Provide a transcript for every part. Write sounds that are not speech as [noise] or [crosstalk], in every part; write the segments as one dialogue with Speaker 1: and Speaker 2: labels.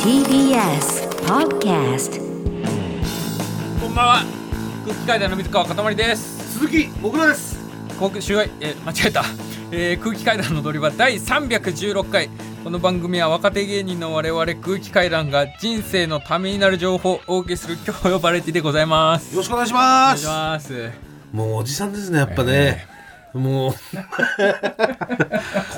Speaker 1: TBS Podcast
Speaker 2: こんばんは。空気階段の水川かたまりです。
Speaker 3: 鈴木もぐらです
Speaker 2: 航空周回えー間違えた。えー空気階段の踊り場第316回。この番組は若手芸人の我々空気階段が人生のためになる情報をお受けする今日呼ばれてでございます。
Speaker 3: よろしくお願いし
Speaker 2: お
Speaker 3: ま
Speaker 2: 願い
Speaker 3: す
Speaker 2: します。
Speaker 3: もうおじさんですねやっぱね、もう
Speaker 2: こ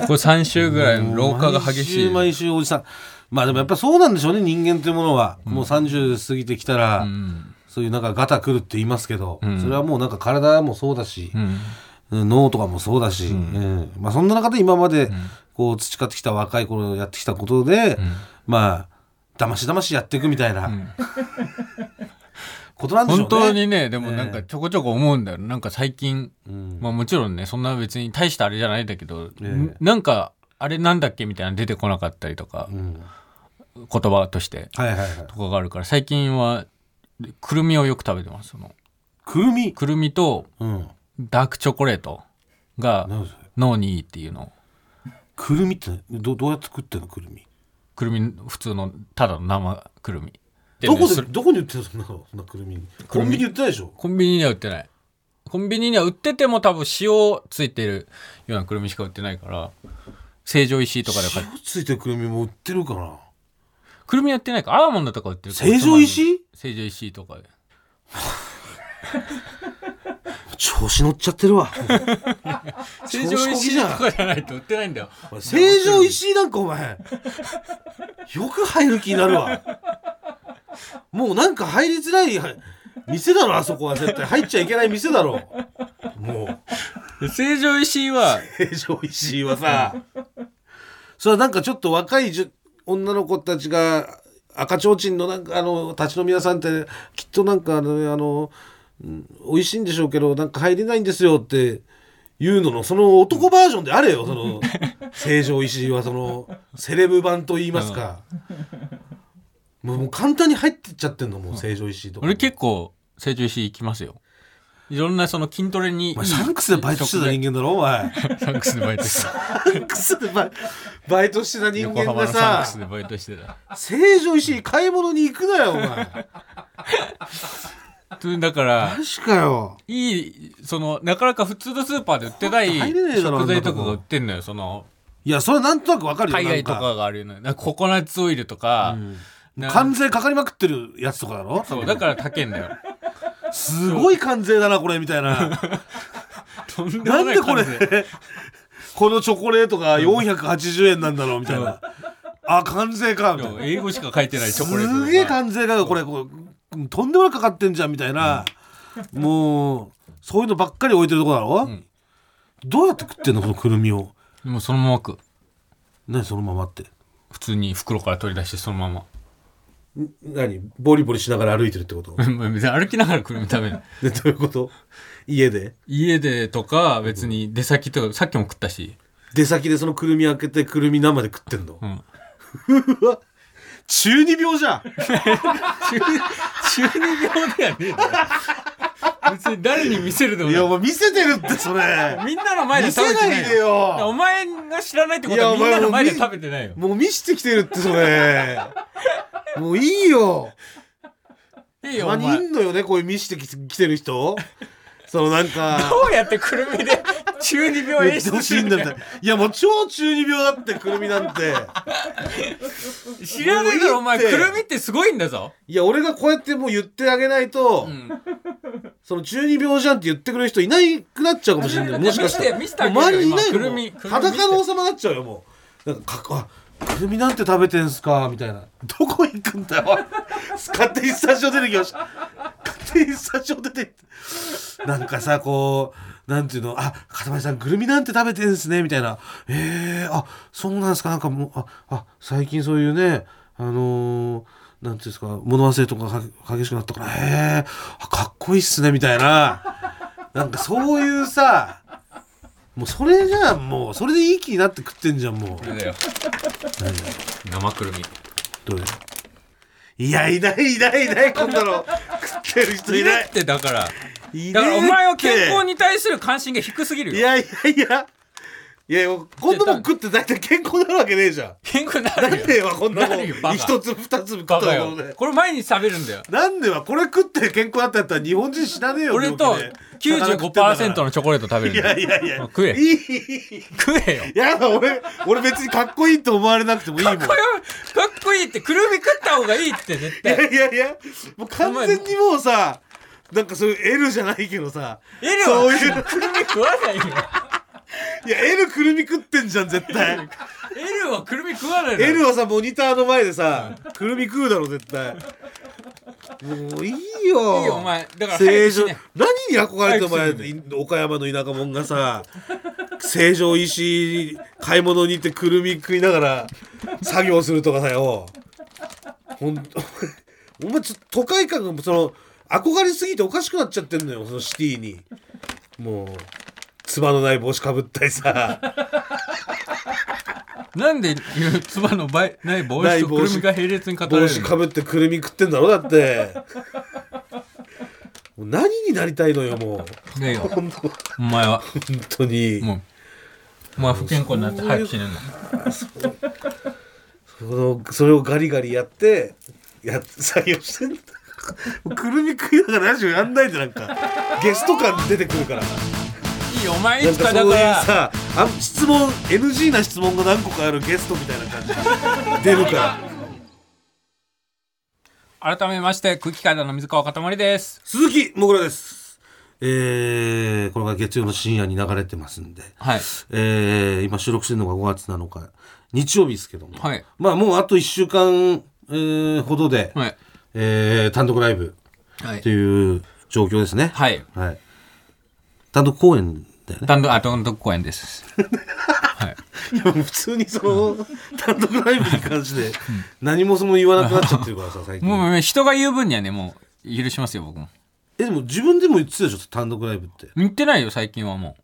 Speaker 2: こ3週ぐらいの老化が激しい。
Speaker 3: 毎週毎週おじさんまあでもやっぱそうなんでしょうね人間というものは、もう30過ぎてきたら、
Speaker 2: うん
Speaker 3: そういうなんかガタくるって言いますけど、
Speaker 2: ん
Speaker 3: それはもうなんか体もそうだし
Speaker 2: う、ん
Speaker 3: 脳とかもそうだし、うんまあ、そんな中で今までこう培ってきた若い頃やってきたことで、まあだましだましやっていくみたいな、ことなんでしょうね
Speaker 2: 本当にねでもなんかちょこちょこ思うんだよ、なんか最近、まあもちろんねそんな別に大したあれじゃないんだけど、
Speaker 3: え
Speaker 2: なんかあれなんだっけみたいなの出てこなかったりとか、
Speaker 3: ん
Speaker 2: 言葉として
Speaker 3: はいはいはい
Speaker 2: とかがあるから最近はくるみをよく食べてますその
Speaker 3: くるみ
Speaker 2: くるみと
Speaker 3: うん
Speaker 2: ダークチョコレートが
Speaker 3: 何それ
Speaker 2: 脳にいいっていうのを
Speaker 3: くるみってどどうやって作ってんのくるみ
Speaker 2: くるみ普通のただの生くるみ
Speaker 3: どこ
Speaker 2: そ
Speaker 3: で
Speaker 2: れ
Speaker 3: どこに売ってるのそんなのそんなくるみコンビニ売ってないでしょ
Speaker 2: コンビニには売ってないコンビニには売ってても多分塩ついてるようなくるみしか売ってないから成城石井とかで買っ
Speaker 3: 塩ついてるくるみも売ってるかな
Speaker 2: くるみやってないかアーモンドとか売ってるから
Speaker 3: 成城石井
Speaker 2: 成城石井とかで
Speaker 3: 調子乗っちゃってる [laughs] わ
Speaker 2: 成城石井とかじゃないと売ってないんだよ
Speaker 3: 成城石井なんかお前よく入る気になるわもうなんか入りづらいは店だろあそこは絶対入っちゃいけない店だろもう
Speaker 2: 成城石井は
Speaker 3: 成城石井はさ [laughs] それはなんかちょっと若いじゅ女の子たちが赤ちょうちんのなんかあの立ち飲み屋さんってきっとなんかあの,、あのうん美味しいんでしょうけどなんか入れないんですよっていうののその男バージョンであれよその成城石井はそのセレブ版と言いますか、もうもう簡単に入ってっちゃってんのもう成城石井とか
Speaker 2: 俺結構成城石井行きますよいろんなその筋トレにいい
Speaker 3: お前サンクスでバイトしてた人間だろお前
Speaker 2: [laughs] サンクスでバイトしてた
Speaker 3: サンクスでバイバイトしてた人
Speaker 2: 横
Speaker 3: 間
Speaker 2: 浜
Speaker 3: が
Speaker 2: のサン
Speaker 3: さ
Speaker 2: クスでバイトしてた
Speaker 3: 成城石井買い物に行くなよお [laughs] 前
Speaker 2: だから
Speaker 3: [laughs] マジかよ
Speaker 2: いいそのなかなか普通のスーパーで売ってない
Speaker 3: 入れねえだろ
Speaker 2: 食材と
Speaker 3: あんなと
Speaker 2: か
Speaker 3: こ
Speaker 2: が売ってんのよその
Speaker 3: いやそれはなんとなくわかるよ
Speaker 2: 海外と
Speaker 3: なん
Speaker 2: かがあるよねなんかココナッツオイルとか、な
Speaker 3: 関税かかりまくってるやつとかだろ
Speaker 2: そうだから高いんだよ
Speaker 3: すごい関税だなこれみたい [laughs] な
Speaker 2: とんで
Speaker 3: [laughs] な
Speaker 2: も
Speaker 3: ん
Speaker 2: な
Speaker 3: で
Speaker 2: い
Speaker 3: これ
Speaker 2: 関税
Speaker 3: このチョコレートが480円なんだろうみたいなあ関税かみ
Speaker 2: で
Speaker 3: たい
Speaker 2: も
Speaker 3: な
Speaker 2: 英語しか書いてないチョコレートと
Speaker 3: す
Speaker 2: か
Speaker 3: げえ関税がこれこうとんでもなくかかってんじゃんみたいな、もうそういうのばっかり置いてるとこだろ、どうやって食ってんのこのくるみを
Speaker 2: もうそのまま食う
Speaker 3: 何そのままって
Speaker 2: 普通に袋から取り出してそのまま [laughs]
Speaker 3: 何ボリボリしながら歩いてるってこと
Speaker 2: 別に歩きながらくるみ食べない
Speaker 3: でどういうこと家で
Speaker 2: 家でとか別に出先とかさっきも食ったし
Speaker 3: 出先でそのくるみ開けてくるみ生で食ってんの、
Speaker 2: ん
Speaker 3: うわ中二病じゃん
Speaker 2: 中中二病ではねえだろ [laughs] 別に誰に見せるでも
Speaker 3: い
Speaker 2: な
Speaker 3: やお
Speaker 2: い
Speaker 3: 前見せてるってそれ
Speaker 2: みんなの前で
Speaker 3: 見
Speaker 2: 食べ
Speaker 3: せ
Speaker 2: てな
Speaker 3: ないいで
Speaker 2: お
Speaker 3: よ
Speaker 2: 前が知らないってことはいみ
Speaker 3: や
Speaker 2: んなの
Speaker 3: お前
Speaker 2: 前
Speaker 3: もう
Speaker 2: で食べてないよ
Speaker 3: もう見してきてるってそれもういいよ
Speaker 2: いい
Speaker 3: た
Speaker 2: よ
Speaker 3: ま
Speaker 2: お
Speaker 3: にい
Speaker 2: 前ど
Speaker 3: んのよねこういう見してききてる人そのなん
Speaker 2: [laughs]
Speaker 3: か
Speaker 2: うやってくるみで中二病
Speaker 3: め
Speaker 2: 演
Speaker 3: っち
Speaker 2: 出
Speaker 3: ゃ欲
Speaker 2: す
Speaker 3: しい
Speaker 2: る
Speaker 3: ん
Speaker 2: ん
Speaker 3: だ
Speaker 2: だ
Speaker 3: っ
Speaker 2: よ
Speaker 3: ていやもう超中二病だってくるみなんて
Speaker 2: 知らないからお前
Speaker 3: もういいっ
Speaker 2: く
Speaker 3: て
Speaker 2: るみってすごいんだぞ
Speaker 3: いや俺がこうやってもう言ってあげないと、
Speaker 2: ん
Speaker 3: その中二病じゃんって言ってくれる人いないくなっちゃうかもしれ
Speaker 2: [laughs]
Speaker 3: ない。もしかしたら。
Speaker 2: 見せて見せてあげ
Speaker 3: もう周
Speaker 2: るよ
Speaker 3: りにいない
Speaker 2: 今
Speaker 3: の
Speaker 2: くるみくるみ
Speaker 3: 裸の王様になっちゃうよ、もう。なんか、かあくるみなんて食べてんすかみたいな。どこ行くんだよ。おい勝手にスタジオ出てきました。勝手にスタジオ出て行って [laughs] なんかさ、こう、なんていうの、あ、かたまりさん、くるみなんて食べてんすね、みたいな。えー、あ、そうなんですか、なんかもう、あ、あ、最近そういうね、あのー、なんていうんですか物忘れとかが激しくなったから「へえかっこいいっすね」みたいななんかそういうさもうそれじゃんもうそれでいい気になって食ってんじゃんもう
Speaker 2: だよ
Speaker 3: 何
Speaker 2: 生くるみ
Speaker 3: どれいやいないいないいないこんなの食ってる人い
Speaker 2: い
Speaker 3: な
Speaker 2: る
Speaker 3: い
Speaker 2: ってだから
Speaker 3: いねえって
Speaker 2: だからお前は健康に対する関心が低すぎる
Speaker 3: い
Speaker 2: よ
Speaker 3: やいやいやいやいやこんなもん食って大体健康になるわけねえじゃん
Speaker 2: 健康にな
Speaker 3: なん
Speaker 2: るよ
Speaker 3: ではこんなも
Speaker 2: なんるよバカ
Speaker 3: 一粒二粒食っ
Speaker 2: バ
Speaker 3: た
Speaker 2: カ
Speaker 3: ところ
Speaker 2: よ
Speaker 3: で
Speaker 2: これ毎日食べるんだよ
Speaker 3: なんではこれ食って健康だったんやったら日本人死なねえよ
Speaker 2: 俺と
Speaker 3: 病気で
Speaker 2: 95%のチョコレート食べるん
Speaker 3: い
Speaker 2: だ
Speaker 3: や
Speaker 2: よ
Speaker 3: いやいや
Speaker 2: 食え
Speaker 3: いいいい
Speaker 2: 食えよ
Speaker 3: やだ俺俺別にかっこいいと思われなくてもいいもん
Speaker 2: これはかっこいいってくるみ食った方がいいって絶
Speaker 3: い
Speaker 2: 対
Speaker 3: やいやいやもう完全にもうさなんかそういう L じゃないけどさ
Speaker 2: L
Speaker 3: そう
Speaker 2: は
Speaker 3: いう
Speaker 2: くるみ [laughs] 食わないよ
Speaker 3: いや L くるみ食ってんじゃん絶対
Speaker 2: L はくるみ食わないの
Speaker 3: L はさモニターの前でさくるみ食うだろ絶対もういいよ
Speaker 2: いいよお前だから
Speaker 3: 正
Speaker 2: 早く
Speaker 3: 常
Speaker 2: し
Speaker 3: 何
Speaker 2: ね
Speaker 3: に憧れてお前
Speaker 2: 早く
Speaker 3: 岡山の田舎者がさ成城石井買い物に行ってくるみ食いながら作業するとかさよほん [laughs] とお前ちょっと都会感がその憧れすぎておかしくなっちゃってんのよそのシティにもうつばのない帽子かぶったりさ
Speaker 2: なんでいう妻のばいない帽
Speaker 3: ない
Speaker 2: 子とく
Speaker 3: 帽子
Speaker 2: るみが並列に語ら
Speaker 3: 帽
Speaker 2: れる
Speaker 3: 子
Speaker 2: の
Speaker 3: かぶってくるみ食ってんだろだ
Speaker 2: [laughs]
Speaker 3: ってもう何になりたいのよも
Speaker 2: ねえよ
Speaker 3: う本当本
Speaker 2: お前は
Speaker 3: 当に
Speaker 2: もうお前不健康になって早く死ねんの
Speaker 3: そのそれをガリガリやってやっ作業してんだくるみ食いながらラジオやんないでなんかゲスト感出てくるから
Speaker 2: いいよお前い
Speaker 3: なん
Speaker 2: つか
Speaker 3: かそ
Speaker 2: だ
Speaker 3: ういう
Speaker 2: から
Speaker 3: さあ質問 NG な質問が何個かあるゲストみたいな感じで出るから
Speaker 2: 改めまして空気階段の水川かたまりです
Speaker 3: 鈴木もぐらですえー、これが月曜の深夜に流れてますんで、
Speaker 2: はい
Speaker 3: えー、今収録してるのが5月7日日曜日ですけども、
Speaker 2: はい
Speaker 3: まあもうあと1週間、えーほどで、
Speaker 2: はい
Speaker 3: えー単独ライブ
Speaker 2: はい
Speaker 3: という状況ですね。
Speaker 2: はい
Speaker 3: い。はい、単独公演だよね。
Speaker 2: 単独あ単独公演です [laughs] はい
Speaker 3: 普通にその単独ライブに関して何もその言わなくなっちゃってるからさ、最
Speaker 2: [laughs]
Speaker 3: 近。
Speaker 2: もう人が言う分にはねもう許しますよ僕も
Speaker 3: え、でも自分でも言ってたでしょ、単独ライブって。
Speaker 2: 言ってないよ最近はも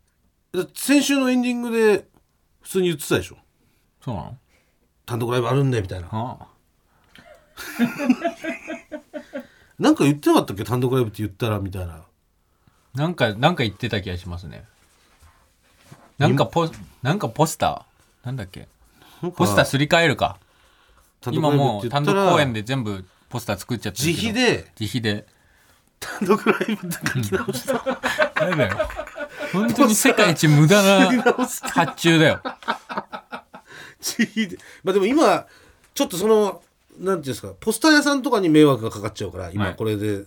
Speaker 3: だって先週のエンディングで普通に言ってたでしょ。
Speaker 2: うそうなの
Speaker 3: 単独ライブあるんだよみたいな。
Speaker 2: ああ
Speaker 3: なんか言ってなかったっけ単独ライブって言ったらみたいな。
Speaker 2: なんかなんか言ってた気がしますねなんかポなんかポスターなんだっけ
Speaker 3: なんか
Speaker 2: ポスターすり替えるか
Speaker 3: 単独ラ
Speaker 2: 今
Speaker 3: イブ
Speaker 2: も
Speaker 3: って
Speaker 2: う
Speaker 3: 言
Speaker 2: 単
Speaker 3: った
Speaker 2: 独
Speaker 3: ら
Speaker 2: 公演で全部ポスター作っちゃってるけど
Speaker 3: 自費で
Speaker 2: 自費で
Speaker 3: 単独ライブって書き直した。
Speaker 2: やだよ本当に世界一無駄な
Speaker 3: [laughs]
Speaker 2: 発注だよ
Speaker 3: ちいでまあでも今ちょっとそのなんていうんですかポスター屋さんとかに迷惑がかかっちゃうから
Speaker 2: は
Speaker 3: 今
Speaker 2: い
Speaker 3: これで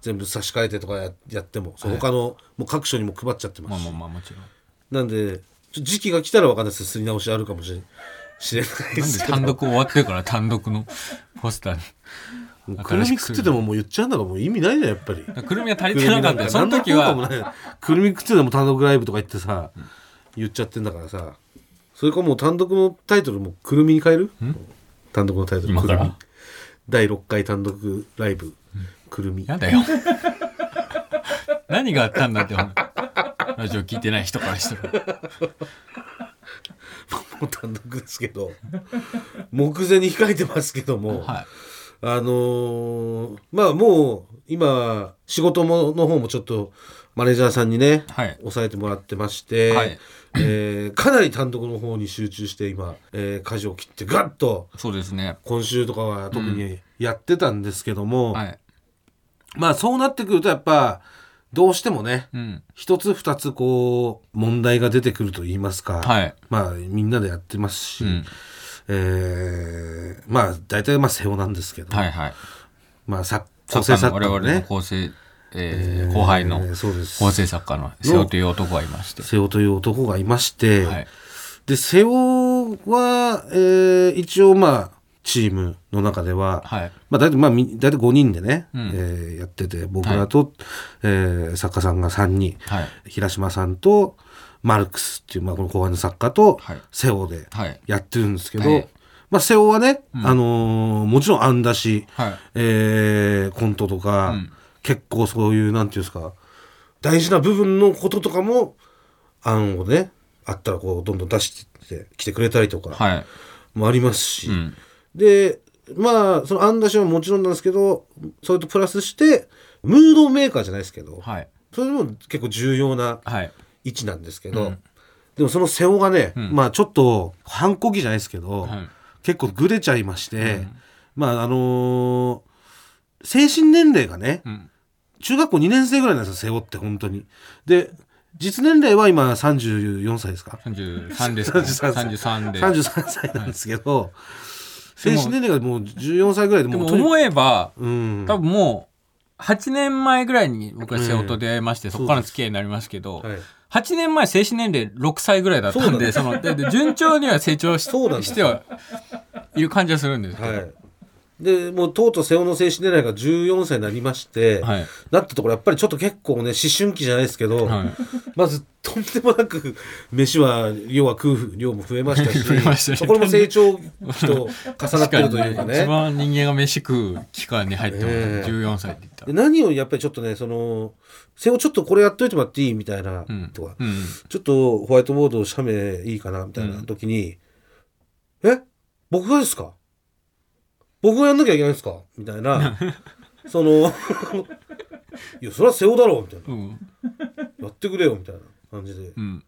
Speaker 3: 全部差し替えてとかややってもその
Speaker 2: はい
Speaker 3: 他の、もう各所にも配っちゃってま
Speaker 2: まあ
Speaker 3: すし、
Speaker 2: まあまあもちろん
Speaker 3: なんでちょ時期が来たら分かんないですすり直しあるかもしれしれないで
Speaker 2: なんです
Speaker 3: けど
Speaker 2: 単独終わってから単独のポスターに
Speaker 3: [laughs] もうくるみ食っててももう言っちゃうんだからもう意味ないじゃんやっぱりく
Speaker 2: くるみは足り
Speaker 3: る
Speaker 2: て
Speaker 3: み
Speaker 2: なか
Speaker 3: な
Speaker 2: った
Speaker 3: んか
Speaker 2: よその時
Speaker 3: 何の
Speaker 2: は
Speaker 3: 効果もないくるみ食ってても単独ライブとか言ってさ、言っちゃってんだからさそれかもう単独のタイトルもくるみに変える単独のタイトル
Speaker 2: 今
Speaker 3: く
Speaker 2: か
Speaker 3: るみ
Speaker 2: ら
Speaker 3: 第6回単独ライブ、くるみ
Speaker 2: やだよ何があったんだって思うラジオ聞いてない人からしたら
Speaker 3: もう単独ですけど目前に控えてますけども、
Speaker 2: はい
Speaker 3: あのーまあもう今仕事もの方もちょっとマネージャーさんにね、
Speaker 2: はい
Speaker 3: 抑えてもらってまして、
Speaker 2: はい
Speaker 3: えーかなり単独の方に集中して今、えー、舵を切ってガッと
Speaker 2: そうですね
Speaker 3: 今週とかは特にやってたんですけども、
Speaker 2: はい
Speaker 3: まあそうなってくるとやっぱどうしてもね、
Speaker 2: うん
Speaker 3: 一つ二つこう問題が出てくると言いますか、
Speaker 2: はい
Speaker 3: まあみんなでやってますし、
Speaker 2: うん
Speaker 3: えーまあ大体まあ瀬尾なんですけど、
Speaker 2: はいはい
Speaker 3: まあ作
Speaker 2: 作
Speaker 3: 構成
Speaker 2: 家の
Speaker 3: 作
Speaker 2: 我
Speaker 3: 家の
Speaker 2: 々の
Speaker 3: ね
Speaker 2: 構成、えー後輩の
Speaker 3: えーそうです
Speaker 2: 構成作家の瀬尾という男がいまして
Speaker 3: 瀬尾という男がいまして、
Speaker 2: はい
Speaker 3: で瀬尾は、えー一応まあチームの中では、
Speaker 2: はい
Speaker 3: まあ、大体まあみ大体5人でね、
Speaker 2: うん
Speaker 3: えーやってて僕らと、えー作家さんが3人、
Speaker 2: はい
Speaker 3: 平島さんとマルクスっていう、まあ、この後輩の作家と
Speaker 2: はい
Speaker 3: 瀬尾で
Speaker 2: はい
Speaker 3: やってるんですけど、
Speaker 2: はい
Speaker 3: まあ、瀬尾はね、あのーもちろん案出し、
Speaker 2: はい
Speaker 3: えーコントとか、
Speaker 2: ん
Speaker 3: 結構そういうなんていうんですか大事な部分のこととかも案をねあったらこうどんどん出してきてくれたりとか
Speaker 2: はい
Speaker 3: もありますし、
Speaker 2: うん
Speaker 3: でまあその案出しはもちろんなんですけどそれとプラスしてムードメーカーじゃないですけど、
Speaker 2: はい
Speaker 3: それも結構重要な
Speaker 2: はい
Speaker 3: 位置なんですけど、でもその背負がね、
Speaker 2: ん
Speaker 3: まあちょっと反抗期じゃないですけど、
Speaker 2: はい
Speaker 3: 結構ぐれちゃいまして、まああのー精神年齢がね、
Speaker 2: うん
Speaker 3: 中学校2年生ぐらいなんですよ背負って本当にで実年齢は今34歳ですか
Speaker 2: 33ですか33で
Speaker 3: 33歳なんですけど、精神年齢がもう14歳ぐらいで
Speaker 2: で
Speaker 3: も
Speaker 2: も
Speaker 3: うとにか
Speaker 2: 思えば
Speaker 3: くうん
Speaker 2: 多分もう8年前ぐらいに僕は瀬尾と出会いまして、そこからの付き合いになりますけど、
Speaker 3: はい
Speaker 2: 8年前精神年齢6歳ぐらいだったんでそのでで順調には成長し
Speaker 3: そうなんです
Speaker 2: してはいる感じはするんですけど、
Speaker 3: はい、でもうとうとう瀬尾の精神年齢が14歳になりまして、
Speaker 2: はい
Speaker 3: なったところやっぱりちょっと結構ね思春期じゃないですけど、
Speaker 2: はい
Speaker 3: まずとんでもなく飯は量は食う量も増えました
Speaker 2: [laughs] 増えました
Speaker 3: し
Speaker 2: ね
Speaker 3: そこも成長期と重なってるというか
Speaker 2: 一
Speaker 3: ね。
Speaker 2: 番人間が飯食う期間に入ってます、
Speaker 3: ええ
Speaker 2: 14歳って言った
Speaker 3: で
Speaker 2: ら。
Speaker 3: 何をやっぱりちょっとねその瀬尾ちょっとこれやっといてもらっていいみたいな
Speaker 2: うん
Speaker 3: とか、
Speaker 2: うん
Speaker 3: ちょっとホワイトボード写メいいかなみたいな時に「え僕がですか僕がやんなきゃいけないんですか?」みたいなその [laughs] 「いやそれは瀬尾だろ」みたいな
Speaker 2: うん
Speaker 3: 「やってくれよ」みたいな感じで
Speaker 2: う
Speaker 3: 「
Speaker 2: ん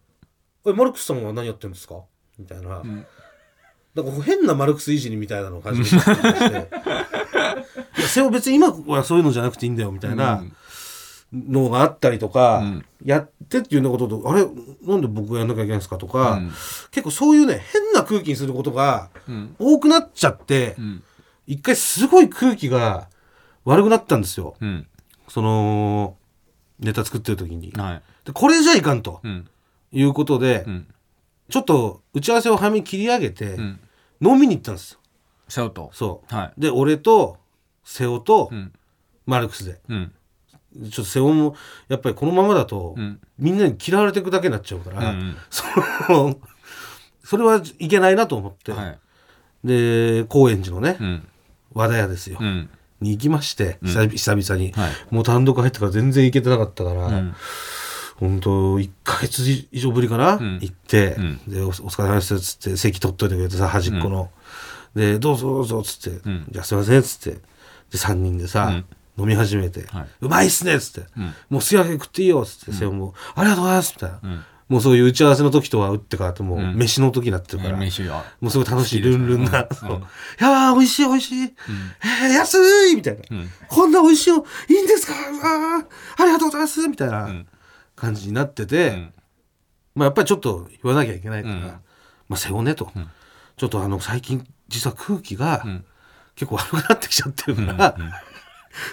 Speaker 3: えマルクスさんは何やってるんですか?」みたいな、
Speaker 2: ん
Speaker 3: なんかこう変なマルクスいじりみたいなのを感じてきたりしていや瀬尾別に今はそういうのじゃなくていいんだよみたいな。
Speaker 2: うん
Speaker 3: のがあったりとか、
Speaker 2: うん
Speaker 3: やってっていうようなこととあれなんで僕がやんなきゃいけないんですかとか、
Speaker 2: うん
Speaker 3: 結構そういうね変な空気にすることが
Speaker 2: うん
Speaker 3: 多くなっちゃって、
Speaker 2: うん
Speaker 3: 一回すごい空気が悪くなったんですよ
Speaker 2: うん
Speaker 3: そのネタ作ってる時に。
Speaker 2: はい
Speaker 3: でこれじゃいかんと
Speaker 2: うん
Speaker 3: いうことで、
Speaker 2: うん
Speaker 3: ちょっと打ち合わせを早めに切り上げて、
Speaker 2: うん
Speaker 3: 飲みに行ったんですよ。
Speaker 2: シャウト
Speaker 3: そう
Speaker 2: は
Speaker 3: で俺と瀬尾と
Speaker 2: いうん
Speaker 3: マルクスで、
Speaker 2: うん
Speaker 3: ちょっと瀬尾もやっぱりこのままだと、
Speaker 2: うん
Speaker 3: みんなに嫌われていくだけになっちゃうか
Speaker 2: うん
Speaker 3: ら、 [laughs] そのそれはいけないなと思って、
Speaker 2: うんはい
Speaker 3: で高円寺のね、
Speaker 2: うん
Speaker 3: 和田屋ですよ、
Speaker 2: うん
Speaker 3: に行きまして久々久々に、
Speaker 2: はい
Speaker 3: もう単独入ってから全然行けてなかったから、
Speaker 2: うん
Speaker 3: 本当1か月以上ぶりかな、
Speaker 2: ん
Speaker 3: 行って、
Speaker 2: うん
Speaker 3: でおお疲れ様ですっつって席取っといてくれてさ端っこの、でどうぞどうぞっつって、
Speaker 2: ん
Speaker 3: じゃあすいませんっつってで3人でさ、飲み始めて、
Speaker 2: はいう
Speaker 3: まいっすねっつって、
Speaker 2: ん
Speaker 3: もうすき焼き食っていいよっつって、瀬尾もありがとうございますみたいな、
Speaker 2: ん
Speaker 3: もうそういう打ち合わせの時とは打って変わってもう、
Speaker 2: ん
Speaker 3: 飯の時になってるから、
Speaker 2: 飯は
Speaker 3: もうすごい楽しい、
Speaker 2: 好きです
Speaker 3: ル
Speaker 2: ね
Speaker 3: ンルンな。
Speaker 2: うん
Speaker 3: そう
Speaker 2: うん
Speaker 3: いやー、美味しい、美味しい。えー安いみたいな、
Speaker 2: ん
Speaker 3: こんな美味しいのいいんですかあありがとうございますみたいなん感じになってて、
Speaker 2: ん
Speaker 3: まあやっぱりちょっと言わなきゃいけないから、
Speaker 2: うん
Speaker 3: まあ背骨と、ちょっとあの最近実は空気が
Speaker 2: ん
Speaker 3: 結構悪くなってきちゃってるから、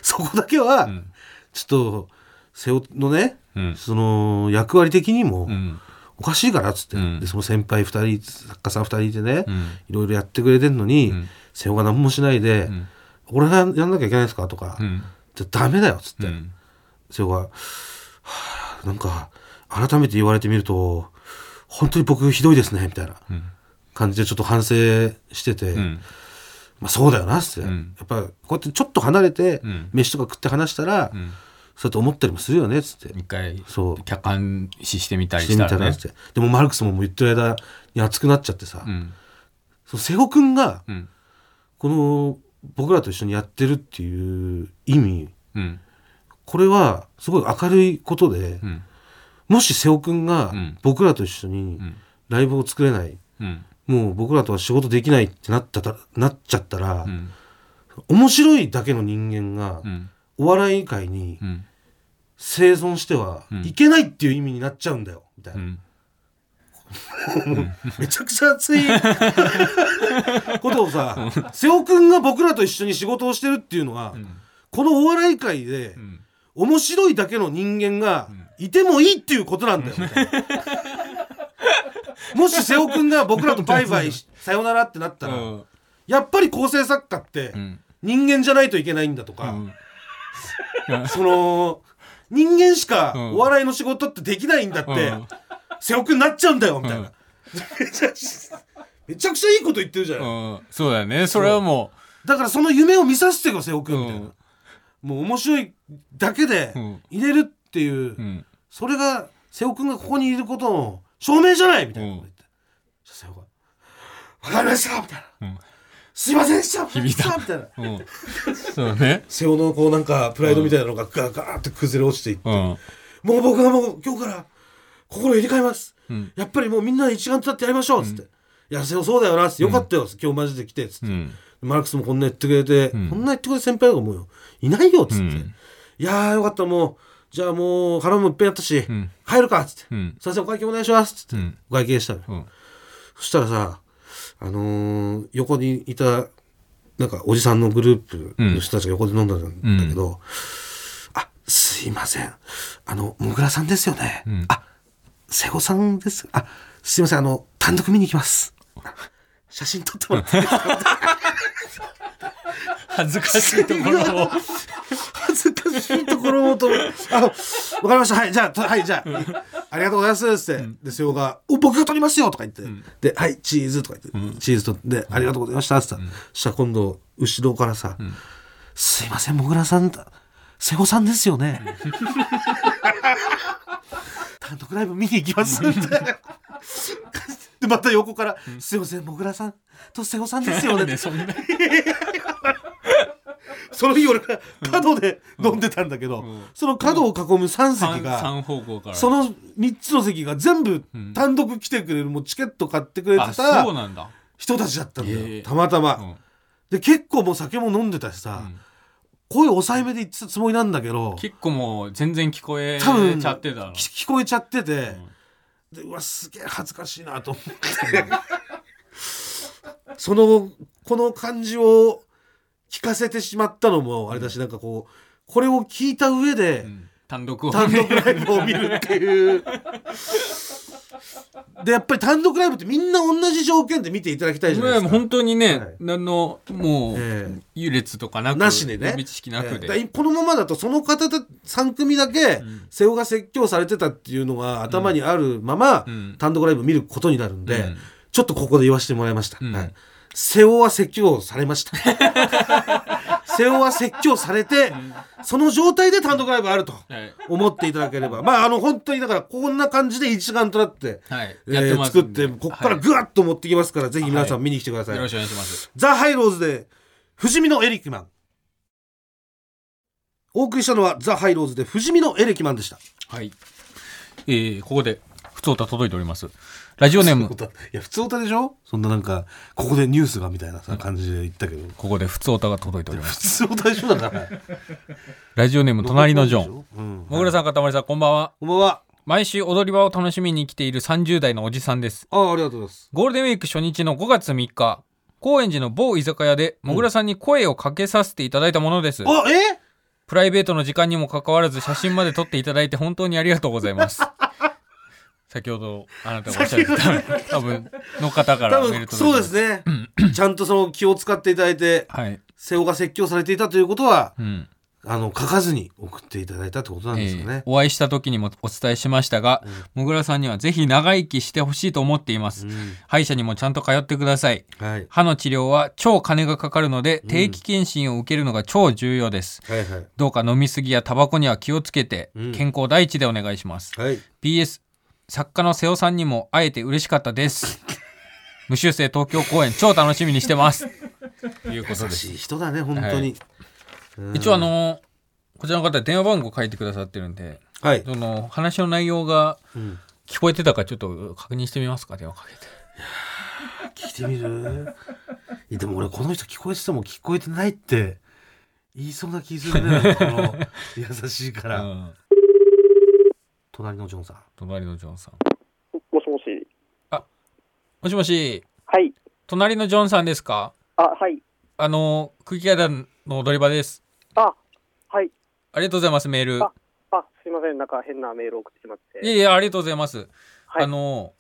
Speaker 3: そこだけは、
Speaker 2: ん
Speaker 3: ちょっと背負のね、
Speaker 2: うん
Speaker 3: その役割的にも、
Speaker 2: うん
Speaker 3: おかしいからっつって、
Speaker 2: うん
Speaker 3: でその先輩2人作家さん2人いてね、
Speaker 2: うん
Speaker 3: いろいろやってくれてんのに、
Speaker 2: ん
Speaker 3: 瀬尾が何もしないで、
Speaker 2: ん
Speaker 3: 俺がやんなきゃいけないですかとか、
Speaker 2: うん
Speaker 3: じゃダメだよっつって、
Speaker 2: うん
Speaker 3: 瀬尾が、はあなんか改めて言われてみると本当に僕ひどいですねみたいな
Speaker 2: うん
Speaker 3: 感じでちょっと反省してて、
Speaker 2: うん
Speaker 3: まあそうだよなっつって、
Speaker 2: ん
Speaker 3: やっぱこうやってちょっと離れて、
Speaker 2: うん
Speaker 3: 飯とか食って話したら、
Speaker 2: ん
Speaker 3: そうやって思ったりもするよねっつって。
Speaker 2: 一回
Speaker 3: そう
Speaker 2: 客観視してみたり
Speaker 3: して
Speaker 2: し
Speaker 3: み
Speaker 2: た
Speaker 3: た
Speaker 2: ら
Speaker 3: ら
Speaker 2: ね
Speaker 3: っつってでもマルクスももう言ってる間に熱くなっちゃってさ、
Speaker 2: うん
Speaker 3: その瀬尾君が
Speaker 2: うん
Speaker 3: この僕らと一緒にやってるっていう意味
Speaker 2: うん
Speaker 3: これはすごい明るいことで、
Speaker 2: うん
Speaker 3: もし瀬尾君が
Speaker 2: うん
Speaker 3: 僕らと一緒に
Speaker 2: ん
Speaker 3: ライブを作れない、
Speaker 2: うん
Speaker 3: もう僕らとは仕事できないってなったたなっちゃったら、
Speaker 2: うん
Speaker 3: 面白いだけの人間が
Speaker 2: うん
Speaker 3: お笑い界に
Speaker 2: うん
Speaker 3: 生存しては
Speaker 2: うん
Speaker 3: いけないっていう意味になっちゃうんだよみたいうな、
Speaker 2: ん
Speaker 3: めちゃくちゃ熱いことをさ瀬尾君が僕らと一緒に仕事をしてるっていうのは、このお笑い界で、
Speaker 2: うん
Speaker 3: 面白いだけの人間がいてもいいっていうことなんだよ、みたいな [laughs] もし瀬尾君が僕らとバイバイしさよならってなったら、
Speaker 2: うん
Speaker 3: やっぱり構成作家って
Speaker 2: ん
Speaker 3: 人間じゃないといけないんだとか、
Speaker 2: うん
Speaker 3: その人間しか
Speaker 2: うん
Speaker 3: お笑いの仕事ってできないんだって、
Speaker 2: うん
Speaker 3: 瀬尾君なっちゃうんだよみたいな、
Speaker 2: うん
Speaker 3: めちゃくちゃ [laughs] めちゃくちゃいいこと言ってるじゃない、
Speaker 2: うんそうだよねそれはも
Speaker 3: だからその夢を見させてよ瀬尾君みたいな、
Speaker 2: うん
Speaker 3: もう面白いだけで
Speaker 2: うん
Speaker 3: 入れるっていう。
Speaker 2: ううん
Speaker 3: それが瀬尾君がここにいることの証明じゃないみたいなこと言って、瀬尾が「分かりました」みたいな、
Speaker 2: うん
Speaker 3: すいませんでした」響
Speaker 2: いた
Speaker 3: みたいな
Speaker 2: うんそうだね
Speaker 3: 瀬尾のこうなんかプライドみたいなのがガーガーって崩れ落ちていって、
Speaker 2: うん
Speaker 3: もう僕はもう今日から心入れ替えます
Speaker 2: うん
Speaker 3: やっぱりもうみんなで一丸となってやりましょう」っつって「いやそうそうだよな」っつって「よかったよ」今日マジで来て」っつって、
Speaker 2: うん
Speaker 3: マルクスもこんな言ってくれて、
Speaker 2: うん
Speaker 3: こんな言ってくれる先輩がもうよいないよっつって、
Speaker 2: うん
Speaker 3: いやーよかったもうじゃあもう腹もいっぺんやったし、
Speaker 2: ん
Speaker 3: 帰るかっつって、
Speaker 2: うん
Speaker 3: すいませんお会計お願いしますっつって、
Speaker 2: うん
Speaker 3: お会計したのよ、
Speaker 2: うん
Speaker 3: そしたらさあのー横にいたなんかおじさんのグループの人たちが横で飲んだんだけど、あすいませんあのもぐらさんですよね、
Speaker 2: ん
Speaker 3: あ瀬尾さんですあすいませんあの単独見に行き [laughs] ますあ写真撮ってもらっていいですか
Speaker 2: 恥ずかしいところを
Speaker 3: 恥ずかしいところもと思ってあの、わかりました。はい、じゃあ、とはい、じゃあ、ありがとうございます。って、で、瀬尾が、お、僕が取りますよとか言って、で、はい、チーズとか言って、チーズと、で、ありがとうございました。って言ったらそしたら今度、後ろからさ、すいません、もぐらさんだ、瀬尾さんですよね。 [laughs] 単独ライブ見に行きますみたいな。 [laughs] で、また横から、すいません、もぐらさんと瀬尾さんですよね。
Speaker 2: ねそんな
Speaker 3: その日俺が角で飲んでたんだけど、
Speaker 2: ん
Speaker 3: その角を囲む3席
Speaker 2: 三
Speaker 3: が、
Speaker 2: 三方向から
Speaker 3: その3つの席が全部
Speaker 2: ん
Speaker 3: 単独来てくれる、もうチケット買ってくれ
Speaker 2: あ
Speaker 3: て
Speaker 2: そう
Speaker 3: た
Speaker 2: なんだ、
Speaker 3: 人たちだったんだよ、
Speaker 2: へえ
Speaker 3: たまたま、
Speaker 2: うん
Speaker 3: で結構もう酒も飲んでたしさ、
Speaker 2: うん
Speaker 3: 声抑えめで言ってたつもりなんだけど
Speaker 2: 結構もう全然聞こえ
Speaker 3: 多分
Speaker 2: ちゃってたの
Speaker 3: き聞こえちゃってて、うでうわすげえ恥ずかしいなと思って [laughs] そのこの感じを聞かせてしまったのもあれだし、なんかこうこれを聞いた上で、
Speaker 2: うん単 [laughs] 独を
Speaker 3: 単独ライブを見るっていうでやっぱり単独ライブってみんな同じ条件で見ていただきたいじゃない
Speaker 2: ね
Speaker 3: ですか、
Speaker 2: 本当にね、
Speaker 3: はい
Speaker 2: 何のもう、
Speaker 3: ええ
Speaker 2: 優劣とかなく
Speaker 3: なしでね
Speaker 2: 予備知識なくで、
Speaker 3: ええだからこのままだとその方た3組だけ瀬尾が説教されてたっていうのが頭にあるまま、
Speaker 2: うん
Speaker 3: 単独ライブ見ることになるんで、
Speaker 2: うん
Speaker 3: ちょっとここで言わせてもらいました、
Speaker 2: うん
Speaker 3: はい瀬尾は説教され
Speaker 2: [laughs]
Speaker 3: ました瀬尾は説教されて、その状態で単独ライブあると
Speaker 2: はい
Speaker 3: 思っていただけ
Speaker 2: [laughs]
Speaker 3: ればまああの本当にだからこんな感じで一丸となって、
Speaker 2: はい
Speaker 3: え
Speaker 2: やって
Speaker 3: ー
Speaker 2: ます
Speaker 3: 作っ
Speaker 2: んで
Speaker 3: てここか
Speaker 2: は
Speaker 3: らぐわっと持ってきますから、ぜひ皆さ
Speaker 2: は
Speaker 3: ん見に来てくださ
Speaker 2: い
Speaker 3: い、
Speaker 2: よろしくお願いします
Speaker 3: ザ・ハイローズで不死身のエレキマンお送りしたのはザ・ハイローズで不死身のエレキマンでした
Speaker 2: はいえー、ここで普通歌届いておりますラジオネーム
Speaker 3: いや普通歌でしょそんななんかここでニュースがみたいなさ感じで言ったけど
Speaker 2: ここで普通歌が届いております
Speaker 3: 普通歌でしょだから
Speaker 2: ラジオネーム [laughs] 隣のジョン
Speaker 3: ン、うん、
Speaker 2: もぐらさんかたまりさんこんばんは
Speaker 3: こんばんは
Speaker 2: 毎週踊り場を楽しみに来ている30代のおじさんです
Speaker 3: ああありがとうございます
Speaker 2: ゴールデンウィーク初日の5月3日高円寺の某居酒屋でもぐらさんに声をかけさせていただいたものです、
Speaker 3: あえ
Speaker 2: プライベートの時間にもかかわらず写真まで撮っていただいて本当にありがとうござい
Speaker 3: [laughs]
Speaker 2: ます先ほどあなたがおっしゃってた多分の方から
Speaker 3: 多
Speaker 2: メール届いて
Speaker 3: 分
Speaker 2: ます
Speaker 3: そうですねちゃんとその気を使っていただいて
Speaker 2: はい、
Speaker 3: 瀬尾が説教されていたということは
Speaker 2: うん
Speaker 3: あの書かずに送っていただいたってことなんですよ
Speaker 2: えー
Speaker 3: ね、
Speaker 2: お会いした時にもお伝えしましたが、もぐらさんにはぜひ長生きしてほしいと思っています、歯医者にもちゃんと通ってください
Speaker 3: はい
Speaker 2: 歯の治療は超金がかかるので定期検診を受けるのが超重要です、
Speaker 3: はいはい
Speaker 2: どうか飲みすぎやタバコには気をつけて
Speaker 3: うん
Speaker 2: 健康第一でお願いします、
Speaker 3: はい、
Speaker 2: PS 作家の瀬尾さんにも会えて嬉しかったです [laughs] 無修正東京公演超楽しみにしてますということ
Speaker 3: 優
Speaker 2: です
Speaker 3: しい人だね本当に、うん
Speaker 2: 一応あのこちらの方電話番号書いてくださってるんで
Speaker 3: はい、
Speaker 2: その話の内容が
Speaker 3: うん
Speaker 2: 聞こえてたかちょっと確認してみますか電話かけて
Speaker 3: 聞いてみるいやでも俺この人聞こえてても聞こえてないって言いそうな気す
Speaker 2: [laughs]
Speaker 3: るねこの優しいから、
Speaker 2: うん
Speaker 3: 隣のジョンさん
Speaker 2: 隣のジョンさん
Speaker 4: もしもし。
Speaker 2: もしもし
Speaker 4: はい。
Speaker 2: 隣のジョンさんですか
Speaker 4: あ、はい。
Speaker 2: あの空気階段の踊り場です
Speaker 4: あ、はい。
Speaker 2: ありがとうございますメール
Speaker 4: ああ、すいません。なんか変なメール送ってしまって。
Speaker 2: いやいやありがとうございます、
Speaker 4: はい
Speaker 2: あの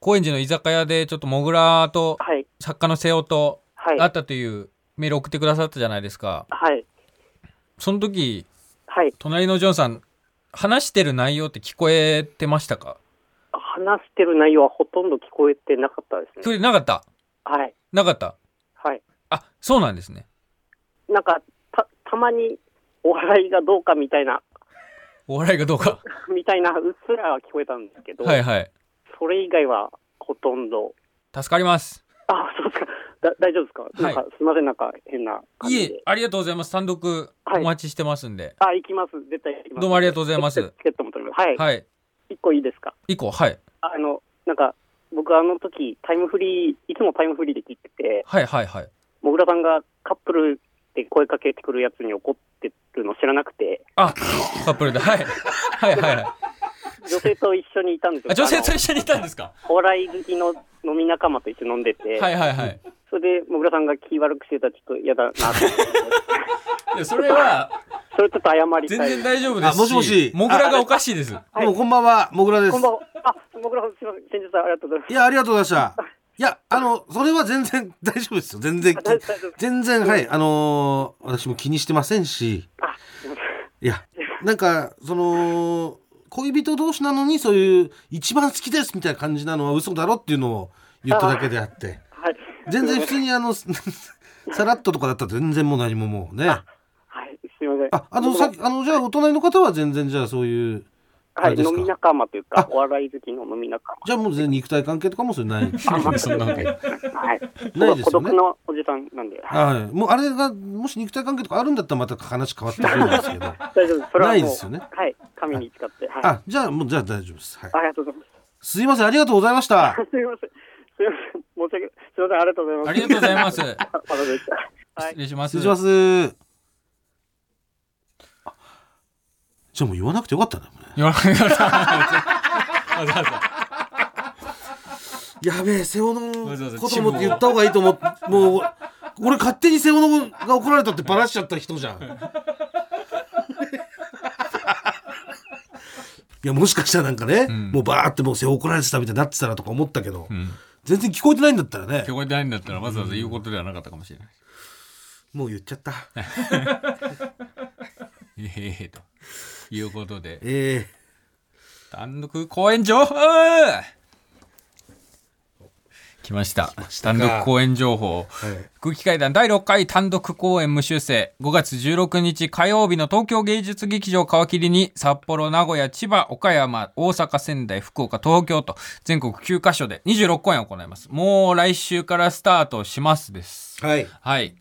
Speaker 2: 高円寺の居酒屋でちょっとモグラと
Speaker 4: はい。
Speaker 2: 作家の瀬尾と
Speaker 4: はい。
Speaker 2: あったというメール送ってくださったじゃないですか
Speaker 4: はい。
Speaker 2: その時
Speaker 4: はい。
Speaker 2: 隣のジョンさん話してる内容って聞こえてましたか
Speaker 4: 話してる内容はほとんど聞こえてなかった
Speaker 2: 聞
Speaker 4: です
Speaker 2: こ
Speaker 4: ね。
Speaker 2: えてなかった
Speaker 4: はい。
Speaker 2: なかった
Speaker 4: はい。
Speaker 2: あそうなんですね
Speaker 4: なんか、た、たまに、お笑いがどうかみたいな、 [laughs]
Speaker 2: お笑いがどうか
Speaker 4: みたいな、うっすらは聞こえたんですけど、
Speaker 2: はいはい
Speaker 4: それ以外はほとんど、
Speaker 2: 助かります
Speaker 4: あ、そうですか。だ大丈夫ですか,、
Speaker 2: はい
Speaker 4: なんかすいません。なんか変な感
Speaker 2: い
Speaker 4: じ
Speaker 2: え
Speaker 4: で。
Speaker 2: ありがとうございます単独
Speaker 4: はい
Speaker 2: お待ちしてますんで、
Speaker 4: あ、行きます。絶対行きます。
Speaker 2: どうもありがとうございます
Speaker 4: チケットも取ります。はい。
Speaker 2: はい
Speaker 4: 一個いいですか
Speaker 2: 以降はい
Speaker 4: あの、なんか、僕あの時、タイムフリー、いつもタイムフリーで聞いてて、
Speaker 2: はいはいはい。
Speaker 4: もぐらさんがカップルで声かけてくるやつに怒ってるの知らな
Speaker 3: [laughs]
Speaker 4: くて、
Speaker 2: あ、カップルで。はい。はいはいはい。
Speaker 4: 女性と一緒にいたんですよ
Speaker 2: あ。女性
Speaker 4: あ
Speaker 2: と一緒にいたんですか
Speaker 4: のお笑い好きの飲み仲間と一緒に飲んでて、
Speaker 2: はいはいはい。
Speaker 4: それで、もぐらさんが気悪くしてたらちょっと
Speaker 3: [laughs]
Speaker 4: 嫌だなと思って、
Speaker 2: いや、それは
Speaker 4: それちょっと謝り
Speaker 2: 全
Speaker 4: たい。
Speaker 2: 然大丈夫ですし。
Speaker 3: あもしもし
Speaker 2: モグラがおかしいです。
Speaker 4: はい
Speaker 3: どうもこんばんは、もぐらです。
Speaker 4: こんばんは。あ、もぐらさん、すみません。先日はありがとうございます
Speaker 3: い。や、ありがとうございました。いや、あの、それは全然大丈夫ですよ。全然
Speaker 4: あ大丈夫大丈夫、
Speaker 3: 全然、はい、あのー私も気にしてませんし、
Speaker 4: あ、すみません。
Speaker 3: いや、なんか、その、恋人同士なのに、そういう、一番好きですみたいな感じなのは嘘だろっていうのを言っただけであって、
Speaker 4: はい。
Speaker 3: 全然普通に、あの、 [laughs] さらっととかだったら全然もう何ももうね。
Speaker 4: はい、すみません。
Speaker 3: あ、あの、さっき、あの、じゃあ、お隣の方は全然、じゃあ、そういう、あ
Speaker 4: は
Speaker 3: れ
Speaker 4: い、
Speaker 3: です
Speaker 4: 飲
Speaker 3: か
Speaker 4: み仲間というか
Speaker 3: あ、
Speaker 4: お笑い好きの飲み仲
Speaker 3: じゃあもう全然肉体関係とかもそれない。
Speaker 2: そんなわけ。
Speaker 4: 間。はい。
Speaker 3: [laughs] ないです
Speaker 4: 孤
Speaker 3: よ
Speaker 4: 独
Speaker 3: ね。
Speaker 4: のおじさんなんで。
Speaker 3: はい、もうあれがもし肉体関係とかあるんだったらまた話変わってくるんですけど
Speaker 4: 大丈夫です。それはもう
Speaker 3: ないですよね
Speaker 4: はい、神に誓って。はい。あ
Speaker 3: あじゃあもうじゃあ大丈夫です、はい、
Speaker 4: りがとうございます
Speaker 3: いませんありがとうございました
Speaker 4: す。すみません。すみません。申し訳ない。すみません。ありがとうございます。
Speaker 2: ありがとうござい
Speaker 4: [laughs]
Speaker 2: ます。失
Speaker 4: あわかりました。はい。
Speaker 2: 礼します。
Speaker 3: 失礼しますあじゃあもう言わなくてよかったね
Speaker 2: よろしくお願いします。わざわざ
Speaker 3: やべえ瀬尾
Speaker 2: わざわざ
Speaker 3: の
Speaker 2: こ
Speaker 3: ことと
Speaker 2: も
Speaker 3: も
Speaker 2: 言
Speaker 3: 言
Speaker 2: っ
Speaker 3: った方がいいと [laughs] 思ってもう俺勝手に瀬尾のが怒られたってバラしちゃった人じゃん [laughs] いやもしかしたらなんかね、
Speaker 2: ん
Speaker 3: もうバーってもう瀬尾怒られてたみたいになってたらとか思ったけど、
Speaker 2: うん。
Speaker 3: 全然聞こえてないんだったらね
Speaker 2: 聞こえてないんだったらわざわざ言うことではなかったかもしれない。
Speaker 3: もう言っちゃった
Speaker 2: えへへと。いうことで、
Speaker 3: え
Speaker 2: 単独公演
Speaker 3: [laughs]
Speaker 2: 情報来ました。
Speaker 3: した
Speaker 2: 単
Speaker 3: か
Speaker 2: 独公演情報。
Speaker 3: えはい、
Speaker 2: 空気階段第6回単独公演無修正5月16日火曜日の東京芸術劇場皮切りに札幌名古屋千葉岡山大阪仙台福岡東京と全国9カ所で26公演を行いますもう来週からスタートしますです
Speaker 3: はい、
Speaker 2: はい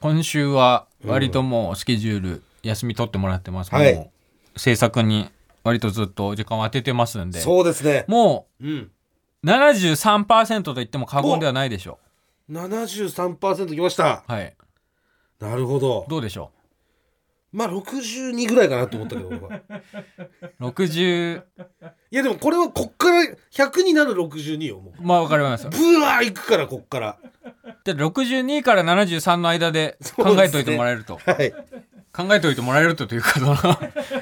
Speaker 2: 今週は割ともうスケジュール休み取ってもらってます、
Speaker 3: はい
Speaker 2: もう制作に割とずっと時間を当ててますんで
Speaker 3: そうですね
Speaker 2: も
Speaker 3: うん
Speaker 2: う73%と言っても過言ではないでしょ
Speaker 3: 73%きました
Speaker 2: うはい
Speaker 3: なるほど
Speaker 2: どうでしょう
Speaker 3: まあ62ぐらいかなと思ったけど俺は
Speaker 2: 60
Speaker 3: いやでもこれはこっから100になる62よもう
Speaker 2: まあわかります
Speaker 3: ブワーいくからこっから
Speaker 2: で62から73の間で
Speaker 3: そう
Speaker 2: 考
Speaker 3: ですね
Speaker 2: えといてもらえると、
Speaker 3: はい
Speaker 2: 考えといてもらえるとというかそ
Speaker 3: [laughs]
Speaker 2: の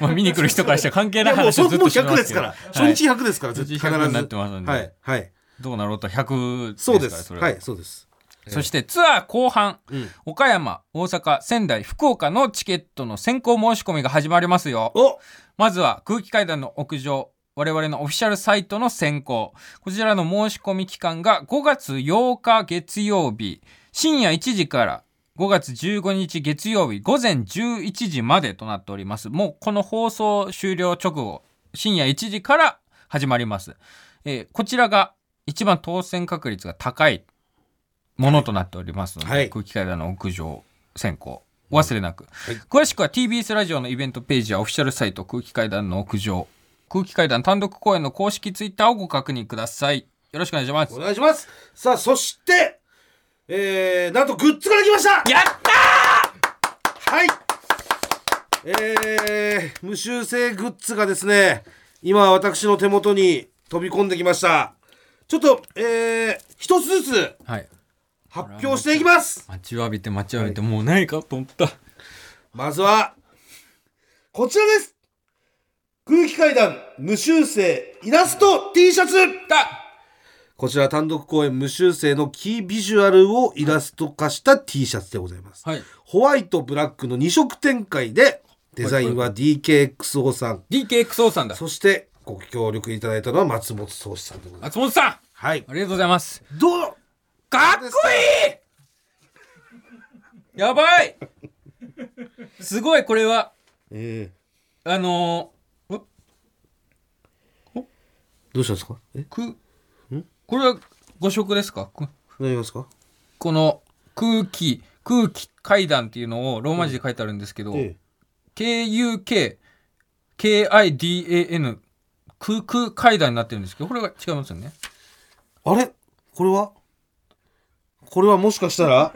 Speaker 2: まあ見に来る人からしたら関係
Speaker 3: い
Speaker 2: ない
Speaker 3: やもう
Speaker 2: 話
Speaker 3: そ
Speaker 2: を
Speaker 3: れ
Speaker 2: ずっ
Speaker 3: もう
Speaker 2: としてますけ
Speaker 3: 100です
Speaker 2: ど
Speaker 3: から、
Speaker 2: はい
Speaker 3: 初日100ですから
Speaker 2: 初日
Speaker 3: 絶対
Speaker 2: 100
Speaker 3: 必
Speaker 2: に
Speaker 3: ず
Speaker 2: なってますんで
Speaker 3: はいはい
Speaker 2: どうなろうと100です
Speaker 3: そうで
Speaker 2: から
Speaker 3: す
Speaker 2: それは
Speaker 3: はいそうです
Speaker 2: そしてツアー後半、
Speaker 3: うん
Speaker 2: 岡山大阪仙台福岡のチケットの先行申し込みが始まりますよ
Speaker 3: お
Speaker 2: まずは空気階段の屋上我々のオフィシャルサイトの選考こちらの申し込み期間が5月8日月曜日深夜1時から5月15日月曜日午前11時までとなっておりますもうこの放送終了直後深夜1時から始まります、えーこちらが一番当選確率が高いものとなっておりますので、
Speaker 3: はい
Speaker 2: 空気階段の屋上選考お忘れなく、
Speaker 3: はい
Speaker 2: 詳しくは TBS ラジオのイベントページやオフィシャルサイト空気階段の屋上空気階段単独公演の公式ツイッターをご確認くださいよろしくお願いします
Speaker 3: お願いしますさあそしてえー、なんとグッズができました
Speaker 2: やった
Speaker 3: はい。えー、無修正グッズがですね、今私の手元に飛び込んできました。ちょっと、えー、一つずつ
Speaker 2: はい
Speaker 3: 発表していきます。
Speaker 2: 待ちわびて待ちわびて、もうないかと思った
Speaker 3: まずは、こちらです。空気階段無修正イラスト T シャツ
Speaker 2: だ
Speaker 3: こちら単独公演無修正のキービジュアルをイラスト化した T シャツでございます。
Speaker 2: はい
Speaker 3: ホワイトブラックの2色展開で、デザインは DKXO さん、
Speaker 2: DKXO さんだ
Speaker 3: そしてご協力いただいたのは松本宗志さんでございます。
Speaker 2: 松本さんあ
Speaker 3: はい。
Speaker 2: りがとうございます
Speaker 3: どう
Speaker 2: かっこいいやばいすごいこれは
Speaker 3: え
Speaker 2: あのー、
Speaker 3: ー、どうしたんですかえ
Speaker 2: くこれは誤食ですかく
Speaker 3: 何がですか
Speaker 2: この空気空気階段っていうのをローマ字で書いてあるんですけど、
Speaker 3: え
Speaker 2: KUKKIDAN 空空階段になってるんですけどこれが違いますよね
Speaker 3: あれこれはこれはもしかしたら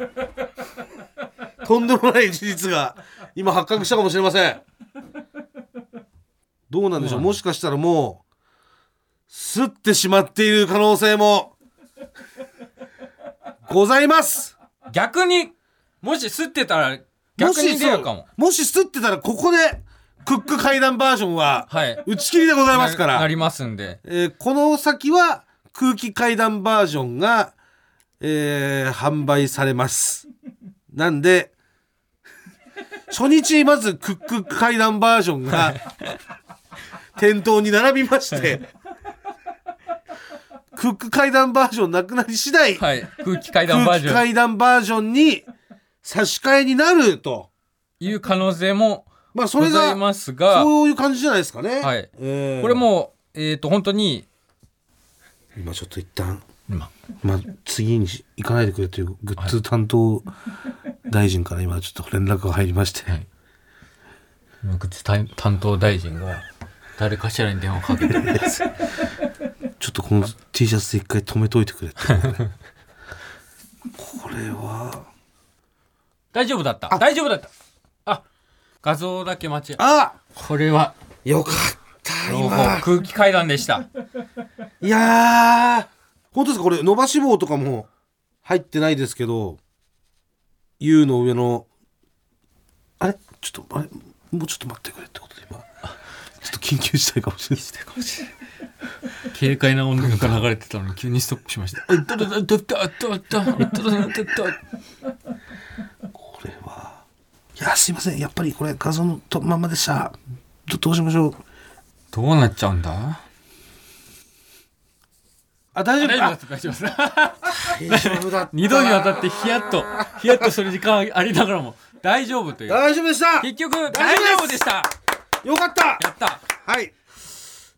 Speaker 3: とんでもない事実が今発覚したかもしれませんどうなんでしょう、もしかしたらもうすってしまっている可能性もございます
Speaker 2: 逆にもし吸ってたら逆に出るかも
Speaker 3: もしそうもし吸ってたらここでクック階段バージョンは
Speaker 2: はい
Speaker 3: 打ち切りでございますから
Speaker 2: ななりますんで
Speaker 3: えーこの先は空気階段バージョンが、えー販売されますなんで初日にまずクック階段バージョンが店頭に並びましてクック階段バージョンなくなり次第、
Speaker 2: はい空気階段バー
Speaker 3: 空
Speaker 2: ジ
Speaker 3: 気
Speaker 2: ョン
Speaker 3: 階段バージョンに差し替えになると
Speaker 2: いう可能性も
Speaker 3: まあそ
Speaker 2: ご
Speaker 3: れ
Speaker 2: ざ
Speaker 3: が
Speaker 2: いますが
Speaker 3: そういう感じじゃないですかね、
Speaker 2: はい
Speaker 3: えー
Speaker 2: これもうえっ、と本当に
Speaker 3: 今ちょっと一旦
Speaker 2: 今
Speaker 3: まあ、次にし行かないでくれというグッズ担当大臣から今ちょっと連絡が入りまして、
Speaker 2: いグッズ担担当大臣が誰かしらに電話かけてるんです
Speaker 3: ちょっとこの T シャツで一回止めといてく [laughs] れってこれは
Speaker 2: 大丈夫だった大丈夫だったあ画像だけ間違え
Speaker 3: あ
Speaker 2: これは
Speaker 3: よかった
Speaker 2: 朗報
Speaker 3: 今
Speaker 2: 空気階段でした
Speaker 3: いやー本当ですかこれ伸ばし棒とかも入ってないですけど U の上のあれちょっとあれもうちょっと待ってくれってことで今ちょっと緊急事態かもしれない
Speaker 2: 軽快な音楽が流れてたのに急にストップしました。
Speaker 3: これは。いや、すいません。やっぱりこれ画像のとまんまでした。どどうしましょう。
Speaker 2: どうなっちゃうんだ
Speaker 3: あ、大丈
Speaker 2: 大
Speaker 3: 夫
Speaker 2: 丈夫
Speaker 3: あ
Speaker 2: です、大丈夫です。
Speaker 3: 大丈夫だった。
Speaker 2: [laughs] 二度にわたってヒヤッと、ヒヤッとする時間ありながらも、大丈夫という。
Speaker 3: 大丈夫でした
Speaker 2: 結局、大丈夫でした
Speaker 3: よかった
Speaker 2: やった
Speaker 3: はい。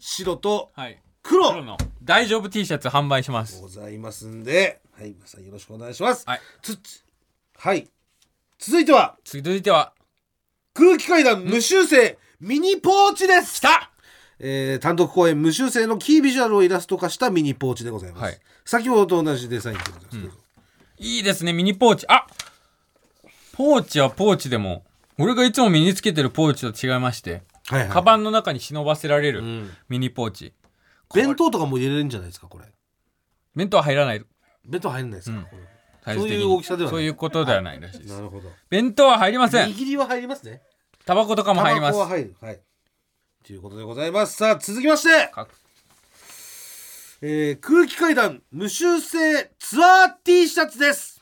Speaker 3: 白と
Speaker 2: はい。黒
Speaker 3: 黒
Speaker 2: の大丈夫 T シャツ販売します。
Speaker 3: ございますんで、はい、皆さんよろしくお願いします。
Speaker 2: はい。
Speaker 3: つ、つはい。続いては、
Speaker 2: 続いては、
Speaker 3: 空気階段無修正ミニポーチです
Speaker 2: 来た
Speaker 3: えー単独公演無修正のキービジュアルをイラスト化したミニポーチでございます。
Speaker 2: はい
Speaker 3: 先ほどと同じデザインでございますけど。
Speaker 2: いいですね、ミニポーチ。あポーチはポーチでも、俺がいつも身につけてるポーチと違いまして、
Speaker 3: はいはい。
Speaker 2: カバンの中に忍ばせられ
Speaker 3: う
Speaker 2: る
Speaker 3: ん
Speaker 2: ミニポーチ。
Speaker 3: 弁当とかも入れれるんじゃないですかこれ
Speaker 2: 弁当は入らない
Speaker 3: 弁当入んないですか、
Speaker 2: うん
Speaker 3: こ
Speaker 2: サイズ的に
Speaker 3: そういう大きさではない
Speaker 2: そういうことではないらしいで
Speaker 3: れ
Speaker 2: す
Speaker 3: なるほど
Speaker 2: 弁当は入りません
Speaker 3: 握りは入りますね
Speaker 2: タバコとかも入りま
Speaker 3: タバコは
Speaker 2: す
Speaker 3: 入るはいということでございますさあ続きまして、
Speaker 2: か
Speaker 3: えー空気階段無修正ツアー T シャツです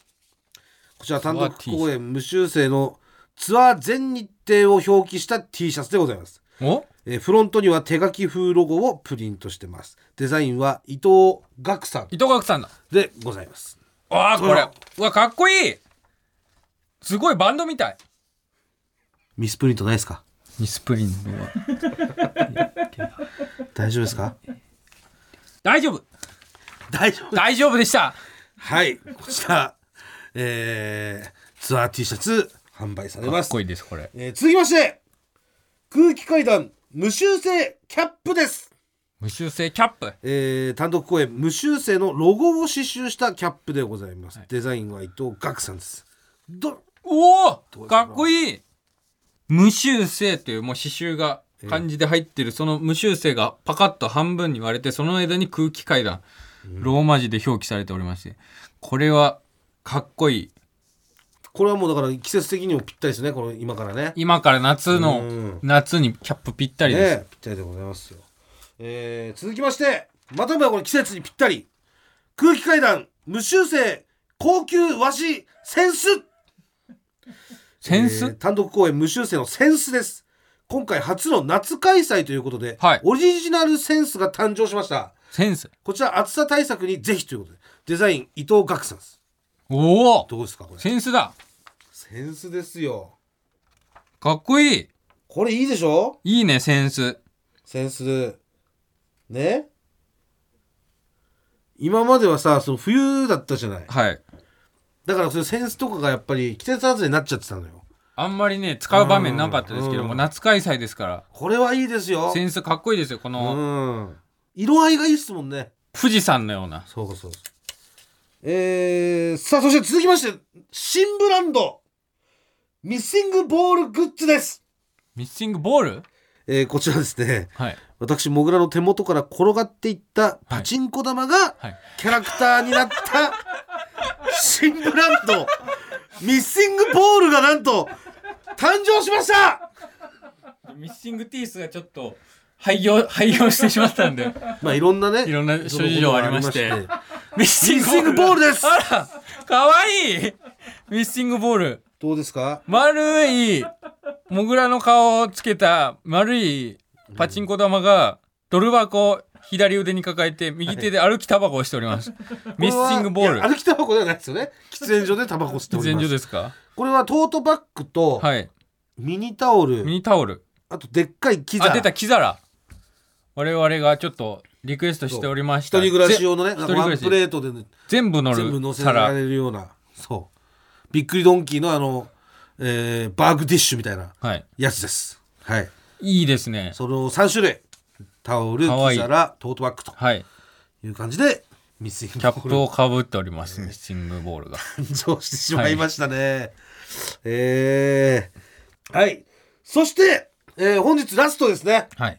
Speaker 3: こちら単独
Speaker 2: ツアー T
Speaker 3: 公演無修正のツアー全日程を表記した T シャツでございます
Speaker 2: お
Speaker 3: えーフロントには手書き風ロゴをプリントしてますデザインは伊藤岳さん
Speaker 2: 伊藤岳さんだ
Speaker 3: でございます
Speaker 2: わあこ
Speaker 3: う
Speaker 2: れ
Speaker 3: わ
Speaker 2: うわかっこいいすごいバンドみたい
Speaker 3: ミスプリントないですか
Speaker 2: ミスプリントは
Speaker 3: 大丈夫ですか
Speaker 2: 大丈夫
Speaker 3: [laughs] 大丈夫
Speaker 2: 大丈夫でした
Speaker 3: はい、こちら、えー、ツアー T シャツ販売され
Speaker 2: か
Speaker 3: ま
Speaker 2: っ
Speaker 3: す。
Speaker 2: こいいですこれ
Speaker 3: えー続きまして、空気階段無修正キャップです。
Speaker 2: 無修正キャップ
Speaker 3: えー、単独公演無修正のロゴを刺繍したキャップでございます。デザインは伊藤岳さんです。ど、
Speaker 2: お
Speaker 3: う
Speaker 2: お
Speaker 3: ぞ
Speaker 2: かっこいい無修正というもう刺繍が漢字で入ってるその無修正がパカッと半分に割れてその間に空気階段ローマ字で表記されておりましてこれはかっこいい
Speaker 3: これはもうだから季節的にもぴったりですね。この今からね。
Speaker 2: 今から夏
Speaker 3: う
Speaker 2: の
Speaker 3: ん
Speaker 2: 夏にキャップぴったりです、
Speaker 3: ね、ぴったりでございますよ。えー、続きまして、またもこれ季節にぴったり。空気階段無修正高級和紙センス。
Speaker 2: センス、
Speaker 3: えー単独公演無修正のセンスです今回初の夏開催ということで、
Speaker 2: はい
Speaker 3: オリジナルセンスが誕生しました
Speaker 2: センス
Speaker 3: こちら暑さ対策にぜひということでデザイン伊藤岳さんです
Speaker 2: おお
Speaker 3: どうですかこれ
Speaker 2: センスだ
Speaker 3: センスですよ
Speaker 2: かっこいい
Speaker 3: これいいでしょ
Speaker 2: いいねセンス
Speaker 3: センスね今まではさその冬だったじゃない
Speaker 2: はい
Speaker 3: だからそういうセンスとかがやっぱり季節外れになっちゃってたのよ
Speaker 2: あんまりね使う場面なかったですけども、
Speaker 3: うん
Speaker 2: 夏開催ですから
Speaker 3: これはいいですよ
Speaker 2: センスかっこいいですよこ
Speaker 3: う
Speaker 2: の
Speaker 3: ん色合いがいいっすもんね
Speaker 2: 富士山のような
Speaker 3: そうそうえー、さあそして続きまして新ブランドミッシングボールグッズです、
Speaker 2: ミッシングボール
Speaker 3: えー、こちらですね
Speaker 2: はい
Speaker 3: 私モグラの手元から転がっていったパチンコ玉が
Speaker 2: はい
Speaker 3: キャラクターになった新ブランドミッシングボールがなんと誕生しました
Speaker 2: ミッシングティースがちょっと廃業 [laughs] 廃業してしまったんで
Speaker 3: まあいろんなね
Speaker 2: いろんな諸事情ありまして
Speaker 3: 情報があり
Speaker 2: ミッシ
Speaker 3: [laughs] ミッシングボールです
Speaker 2: あらかわいいミッシングボール
Speaker 3: どうですか
Speaker 2: 丸いモグラの顔をつけた丸いパチンコ玉がドル箱を左腕に抱えて右手で歩きタバコをしております、ミッシングボー
Speaker 3: い
Speaker 2: ル
Speaker 3: や歩きタバコではないですよね喫煙所でタバコ吸ってお
Speaker 2: 喫
Speaker 3: り
Speaker 2: 煙
Speaker 3: ま
Speaker 2: 所
Speaker 3: す
Speaker 2: ですか
Speaker 3: これはトートバッグと
Speaker 2: はい
Speaker 3: ミニタオ
Speaker 2: ミ
Speaker 3: ル
Speaker 2: ニタオル
Speaker 3: あとでっかい機材
Speaker 2: あ出た木皿我々がちょっとリクエストしておりました
Speaker 3: 一人暮らし用のね
Speaker 2: ぜ
Speaker 3: な
Speaker 2: 一
Speaker 3: ん
Speaker 2: 人
Speaker 3: か
Speaker 2: 暮
Speaker 3: ワ
Speaker 2: ら
Speaker 3: ン
Speaker 2: し
Speaker 3: プレートでね
Speaker 2: 全部乗
Speaker 3: 全部乗
Speaker 2: る
Speaker 3: せら
Speaker 2: 皿
Speaker 3: れるようなそうびっくりドンキーのあの、えーバーグディッシュみたいな
Speaker 2: はい
Speaker 3: やつですはい
Speaker 2: いいですね
Speaker 3: その3種類タオル
Speaker 2: かわいい
Speaker 3: 木皿トートバッグと
Speaker 2: はい
Speaker 3: いう感じでミスインキ
Speaker 2: キャップをかぶっておりますミッシングボー
Speaker 3: [laughs]
Speaker 2: ルが
Speaker 3: 誕生してしまいましたね、えーはいそして、えー本日ラストですね
Speaker 2: はい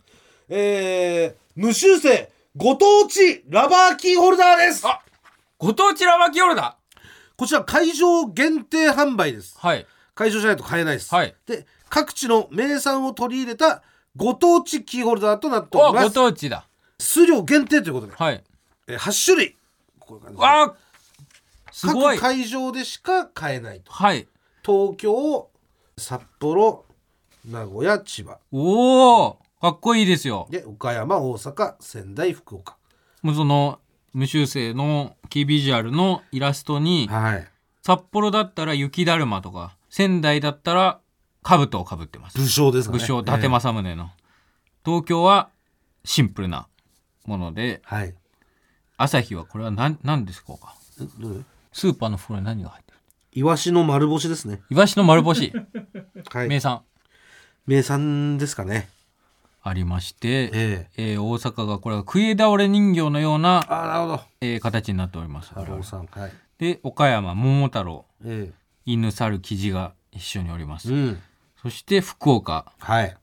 Speaker 3: えー無修正ご当地ラバーキーホルダーです
Speaker 2: ご当地ラバキオルダ
Speaker 3: こちら会場限定販売です
Speaker 2: はい
Speaker 3: 会場じゃないと買えないです、
Speaker 2: はい
Speaker 3: で各地の名産を取り入れたご当地キーホルダーとなって
Speaker 2: あ
Speaker 3: おりま
Speaker 2: ご
Speaker 3: す
Speaker 2: 当地だ
Speaker 3: 数量限定ということで、
Speaker 2: はい
Speaker 3: えー8種類こういう感じで
Speaker 2: わあすごい
Speaker 3: 各会場でしか買えないと
Speaker 2: はい
Speaker 3: 東京札幌名古屋千葉
Speaker 2: おおかっこいいですよ
Speaker 3: で岡山大阪仙台福岡
Speaker 2: もうその無修正のキービジュアルのイラストに
Speaker 3: はい
Speaker 2: 札幌だったら雪だるまとか仙台だったら兜をかぶってます
Speaker 3: 武将ですかね
Speaker 2: 武将伊達政宗の、東京はシンプルなもので
Speaker 3: えーはい
Speaker 2: 朝日はこれは何何ですか
Speaker 3: どれ
Speaker 2: スーパーの袋に何が入ってる
Speaker 3: イワシの丸干しですね
Speaker 2: イワシの丸干し
Speaker 3: はい
Speaker 2: 名産
Speaker 3: 名産ですかね
Speaker 2: ありまして、
Speaker 3: ええ
Speaker 2: えー大阪がこれは食い倒れ人形のような、
Speaker 3: あーなるほど
Speaker 2: えー形になっております
Speaker 3: 太郎さんはい
Speaker 2: で岡山桃太郎
Speaker 3: え
Speaker 2: 犬猿キジが一緒におりま
Speaker 3: え
Speaker 2: す、
Speaker 3: うん
Speaker 2: そして福岡
Speaker 3: はい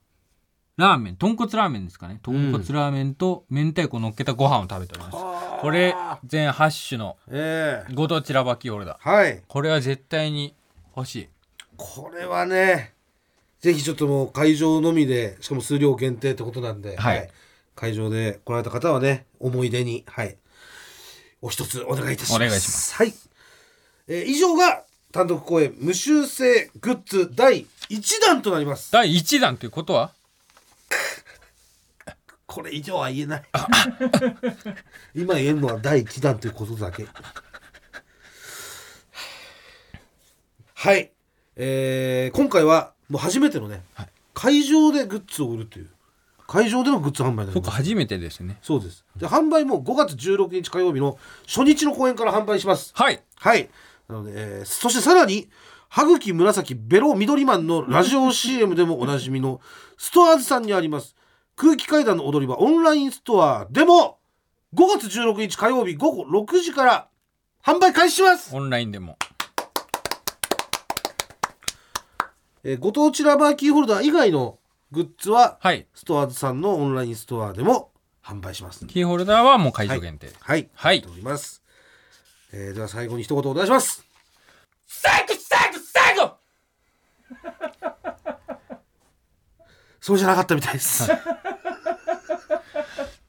Speaker 2: ラーメン豚骨ラーメンですかね豚骨ラーメンと明太子乗っけたご飯を食べております、これ全8種の
Speaker 3: ええ
Speaker 2: ご当地ラバキオルダー
Speaker 3: はい
Speaker 2: これは絶対に欲しい
Speaker 3: これはねぜひちょっともう会場のみでしかも数量限定ってことなんで、
Speaker 2: はい
Speaker 3: 会場で来られた方はね思い出に、はい、お一つお願いいたします。
Speaker 2: お願いします
Speaker 3: はいえー以上が単独公演無修正グッズ第1弾となります。
Speaker 2: 第1弾ということは
Speaker 3: これ以上は言えない [laughs] 今言えるのは第1弾ということだけはいえー今回はもう初めてのね、
Speaker 2: はい
Speaker 3: 会場でグッズを売るという会場でのグッズ販売にな
Speaker 2: そ
Speaker 3: り
Speaker 2: っか
Speaker 3: ます
Speaker 2: 初めてですね
Speaker 3: そうですで販売も5月16日火曜日の初日の公演から販売します
Speaker 2: はい
Speaker 3: はいなので、えーそしてさらに歯茎紫ベロ緑マンのラジオ CM でもおなじみのストアーズさんにあります空気階段の踊り場オンラインストアでも5月16日火曜日午後6時から販売開始します、
Speaker 2: オンラインでも
Speaker 3: えーご当地ラバーキーホルダー以外のグッズは
Speaker 2: はい
Speaker 3: ストアーズさんのオンラインストアでも販売します
Speaker 2: キーホルダーはもう会場限定、
Speaker 3: はい
Speaker 2: はい
Speaker 3: やっております、えーでは最後に一言お願いします
Speaker 2: 最後最後最後
Speaker 3: そうじゃなかったみたいです、
Speaker 2: なん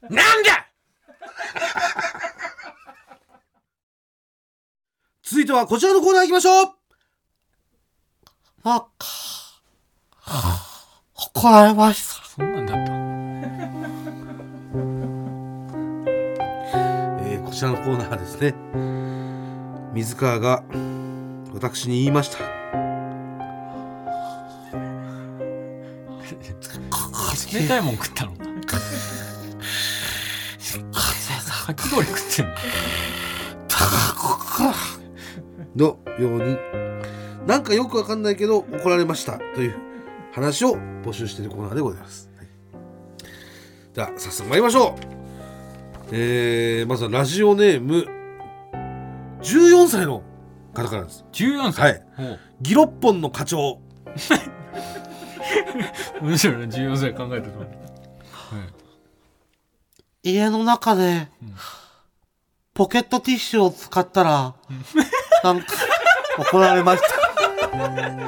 Speaker 2: だ
Speaker 3: 続いてはこちらのコーナー行きましょうあ、怒られました。
Speaker 2: そんなんだった
Speaker 3: えーこちらのコーナーはですね、水川が私に言いました。
Speaker 2: 冷たいもん食ったのかき氷食ってんの
Speaker 3: のようになんかよくわかんないけど怒られましたという話を募集しているコーナーでございます、はいでは早速参りましょうえー、まずはラジオネーム14歳の方からです
Speaker 2: 14歳、
Speaker 3: はい
Speaker 2: ほう
Speaker 3: ギロッポンの課長
Speaker 2: 面白いね14歳考えたと思う
Speaker 5: 家の中で、ポケットティッシュを使ったら、なんか、怒られました。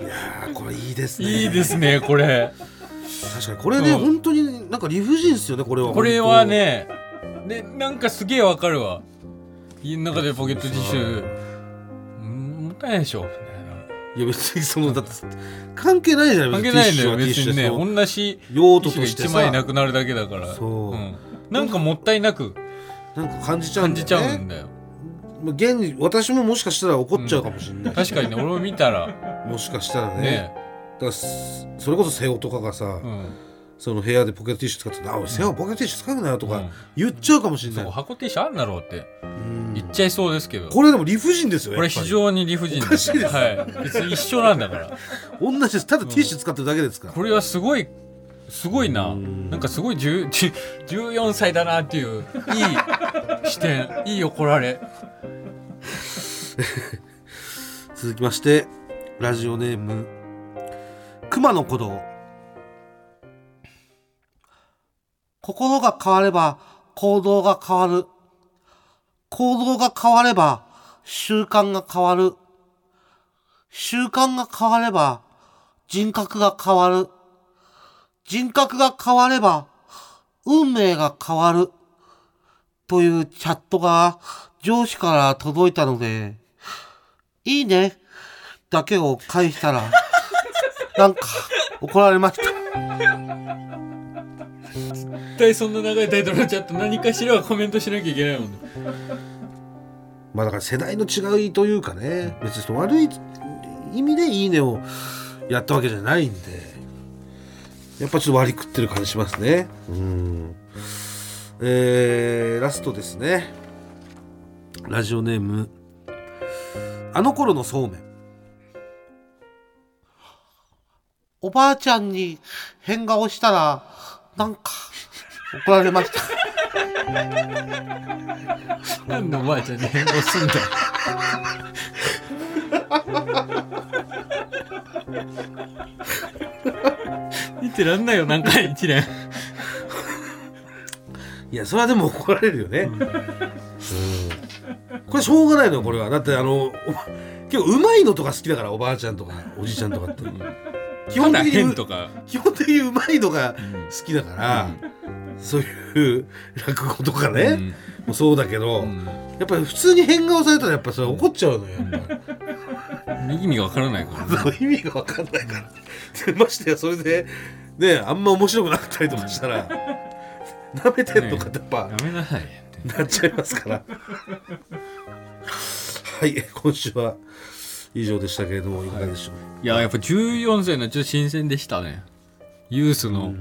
Speaker 3: いやーこれいいですね
Speaker 2: いいですねこ [laughs] れ
Speaker 3: 確かにこれね、
Speaker 2: うん
Speaker 3: 本当になんか理不尽ですよねこれは
Speaker 2: これはねでなんかすげえわかるわ家の中でポケットティッシュうんもったいないでしょみたいない
Speaker 3: や別にそのだって関係ないじゃな
Speaker 2: 関
Speaker 3: い
Speaker 2: 係ないんだよ
Speaker 3: ティッ
Speaker 2: 別
Speaker 3: シ
Speaker 2: に
Speaker 3: ュはティッシュで
Speaker 2: ね
Speaker 3: その
Speaker 2: 同じ
Speaker 3: 用途
Speaker 2: ティ
Speaker 3: と
Speaker 2: ッ
Speaker 3: し
Speaker 2: シュ
Speaker 3: て
Speaker 2: が1
Speaker 3: さ
Speaker 2: 枚なくなるだけだから、
Speaker 3: そうん
Speaker 2: なんかもったいなく
Speaker 3: なんか感じちゃうん
Speaker 2: 感
Speaker 3: だよ
Speaker 2: じ
Speaker 3: ね
Speaker 2: ちゃうんだよ
Speaker 3: まあ現に私ももしかしたら怒っちゃうかもしれない、
Speaker 2: 確かにね俺も見たら
Speaker 3: もしかしたら [laughs] ね
Speaker 2: ね
Speaker 3: だからすそれこそ瀬尾とかがさ、
Speaker 2: うん
Speaker 3: その部屋でポケットティッシュ使ってて「あ俺瀬尾ポケットティッシュ使うなよ」と
Speaker 2: うん
Speaker 3: か言っちゃうかもしれな
Speaker 2: そ
Speaker 3: い、
Speaker 2: う箱ティッシュあんだろうって
Speaker 3: うん
Speaker 2: 言っちゃいそうですけどこ
Speaker 3: これでも理不尽ですよ
Speaker 2: れ
Speaker 3: やっぱ
Speaker 2: 非
Speaker 3: り
Speaker 2: 常に理不尽
Speaker 3: おかしいです
Speaker 2: はい別に一緒なんだから
Speaker 3: 同じですただティッシュ使ってるだけですから、
Speaker 2: これはすごいすごいななんかすごい10 [laughs] 10 14歳だなっていういい視点いい怒られ
Speaker 3: 続きましてラジオネーム熊野古道
Speaker 5: 心が変われば行動が変わる。行動が変われば習慣が変わる。習慣が変われば人格が変わる。人格が変われば運命が変わる。というチャットが上司から届いたので、いいねだけを返したら、なんか怒られました。
Speaker 2: 絶対そんな長いタイトルのチャット何かしらはコメントしなきゃいけないもんね
Speaker 3: まあだから世代の違いというかね別にその悪い意味で「いいね」をやったわけじゃないんでやっぱちょっと割り食ってる感じしますねうんえー、ラストですねラジオネームあの頃のそうめん
Speaker 5: おばあちゃんに変顔したら、なんか、怒られました。。
Speaker 2: 何のおばあちゃんに変更すんだよ見てらんないよ何回一年
Speaker 3: いやそれはでも怒られるよね、うん、これしょうがないのよこれはだってあのお結構うまいのとか好きだからおばあちゃんとかおじいちゃんとかって基
Speaker 2: た
Speaker 3: 本
Speaker 2: だ
Speaker 3: 的に
Speaker 2: 変
Speaker 3: う
Speaker 2: とか
Speaker 3: 基本的にうまいのが好きだから、そういう落語とかね、
Speaker 2: うん
Speaker 3: もうそうだけど、
Speaker 2: うん
Speaker 3: やっぱり普通に変顔されたらやっぱそれ怒っちゃうのよ、やっぱり
Speaker 2: 意味がわからないからね
Speaker 3: 意味が分かんないからでましてやそれでねあんま面白くなかったりとかし
Speaker 2: [laughs]
Speaker 3: たらなめてんのかってやっぱ、
Speaker 2: やめなさいって
Speaker 3: なっちゃいますからはい今週は以上でしたけれどもいかがでしょう、
Speaker 2: いややっぱ14歳のちょっと新鮮でしたねユースの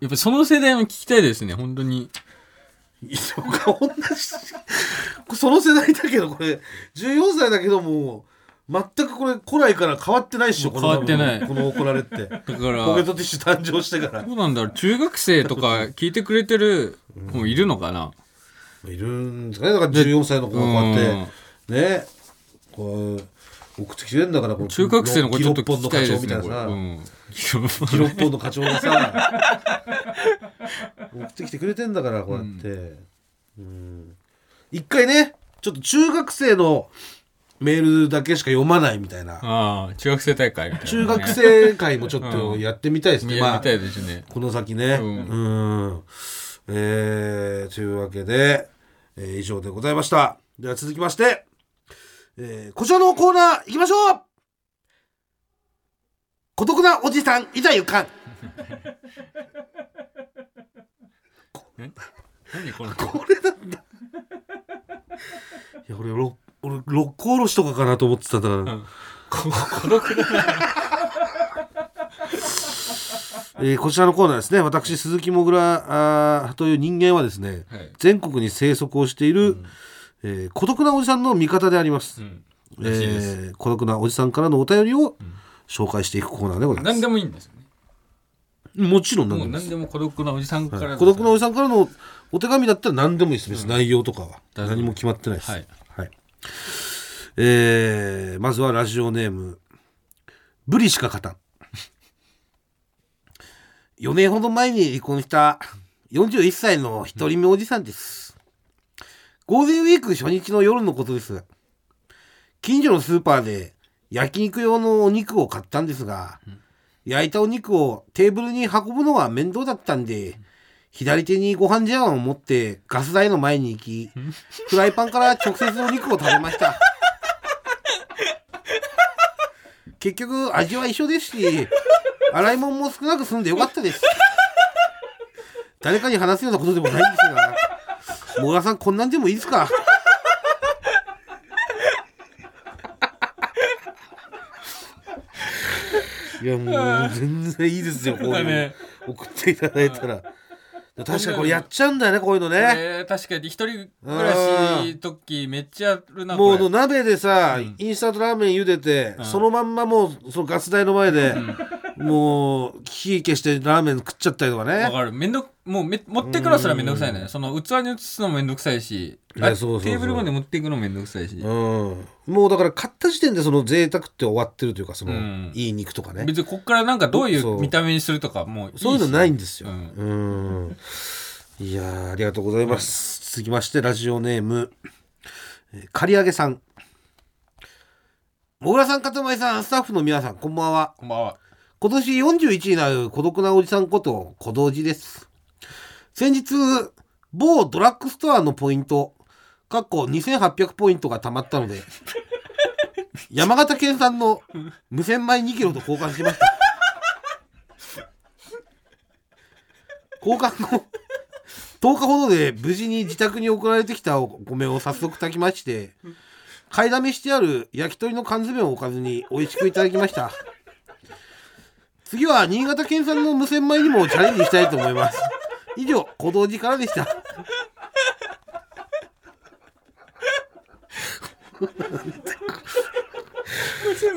Speaker 2: やっぱその世代も聞きたいですね本当に
Speaker 3: そうか同じその世代だけどこれ14歳だけどもう全くこれ古来から変わってないっしょ
Speaker 2: 変わってない
Speaker 3: このこの怒られってポ
Speaker 2: だから
Speaker 3: ケットティッシュ誕生してから
Speaker 2: どうなんだろう中学生とか聞いてくれてる子もいるのかな、
Speaker 3: いるんですかねだから14歳の子がこうやってねこう送ってきてるんだからこう
Speaker 2: 中学生の子ちょっと聞きたいです
Speaker 3: ギロ
Speaker 2: ね
Speaker 3: ッポ
Speaker 2: こ
Speaker 3: ン
Speaker 2: れ、
Speaker 3: の課
Speaker 2: う
Speaker 3: 長み
Speaker 2: ん、 [laughs] ギロッ
Speaker 3: たいなさギロッポンの課長がさ送ってきてくれてんだからこうやって、うん一回ねちょっと中学生のメールだけしか読まないみたいな
Speaker 2: ああ中学生大会みたいな、ね、
Speaker 3: 中学生会もちょっとやってみたいですね。
Speaker 2: 見
Speaker 3: ま
Speaker 2: や
Speaker 3: あ
Speaker 2: りたいですね、
Speaker 3: この先ね。
Speaker 2: う
Speaker 3: う
Speaker 2: ん
Speaker 3: ん。えーというわけで、えー以上でございました。では続きまして、えーこちらのコーナー行きましょう孤独なおじさん、いざゆかん。
Speaker 2: 何この
Speaker 3: これなんだ。いや、俺、ろ俺、六甲おろしとかかなと思ってたんだから。
Speaker 2: 孤独だな
Speaker 3: えーこちらのコーナーですね私鈴木もぐらあーという人間はですね、
Speaker 2: はい
Speaker 3: 全国に生息をしている、えー孤独なおじさんの味方であります、
Speaker 2: うん
Speaker 3: え
Speaker 2: 嬉しいです
Speaker 3: ー孤独なおじさんからのお便りを紹介していくコーナーでございます
Speaker 2: 何でもいいんですよね
Speaker 3: もちろん何
Speaker 2: も
Speaker 3: で
Speaker 2: う
Speaker 3: もいい
Speaker 2: 何でも孤独なおじさんから、
Speaker 3: 孤独なおじさんからのお手紙だったら何でもいいです別に内容とかは、
Speaker 2: 大丈夫
Speaker 3: 何も決まってないです
Speaker 2: はい
Speaker 3: はいえーまずはラジオネーム「ブリしか勝たん」4年ほど前に離婚した41歳の一人目おじさんですゴールデンウィーク初日の夜のことです近所のスーパーで焼肉用のお肉を買ったんですが、焼いたお肉をテーブルに運ぶのは面倒だったんで、左手にご飯茶碗を持ってガス台の前に行き、フライパンから直接お肉を食べました。結局味は一緒ですし、洗い物も少なく済んでよかったです。誰かに話すようなことでもないんですが、もぐらさんこんなんでもいいですかいやもう全然いいですよ、こう
Speaker 2: だ
Speaker 3: いう
Speaker 2: ね。
Speaker 3: 送っていただいたら。確かにこれやっちゃうんだよね、こういうの
Speaker 2: こ
Speaker 3: ね。
Speaker 2: れ確かに一人暮らし時めっちゃあるな
Speaker 3: も
Speaker 2: こ
Speaker 3: う
Speaker 2: れ
Speaker 3: の鍋でさ、
Speaker 2: うん
Speaker 3: インスタントラーメン茹でて、
Speaker 2: うん
Speaker 3: そのまんまもうそのガス台の前で、もう火消してラーメン食っちゃったりとか
Speaker 2: わ
Speaker 3: ね
Speaker 2: かるめんどくもうめ持ってくのすらめんどくさいねその器に移すのもめんどくさいし
Speaker 3: いや
Speaker 2: あ
Speaker 3: そうそうそう
Speaker 2: テーブルまで持っていくのもめんどくさいし、
Speaker 3: うんもうだから買った時点でその贅沢って終わってるというかその、
Speaker 2: うん
Speaker 3: いい肉とかね
Speaker 2: 別にこっからなんかどうい
Speaker 3: そう
Speaker 2: う見た目にするとかもういいし
Speaker 3: そういうのないんですよ
Speaker 2: うん
Speaker 3: うん、いやーありがとうございます、続きましてラジオネームえー刈り上げさんもぐらさんかたまりさんスタッフの皆さんこんばんは
Speaker 2: こんばんは
Speaker 3: 今年41になる孤独なおじさんこと小道寺です。先日、某ドラッグストアのポイント、かっこ2800ポイントが貯まったので、山形県産の無洗米2キロと交換しました。交換後、10日ほどで無事に自宅に送られてきたお米を早速炊きまして、買いだめしてある焼き鳥の缶詰をおかずに美味しくいただきました。次は新潟県産の無洗米にもチャレンジしたいと思います。以上、小道寺からでした。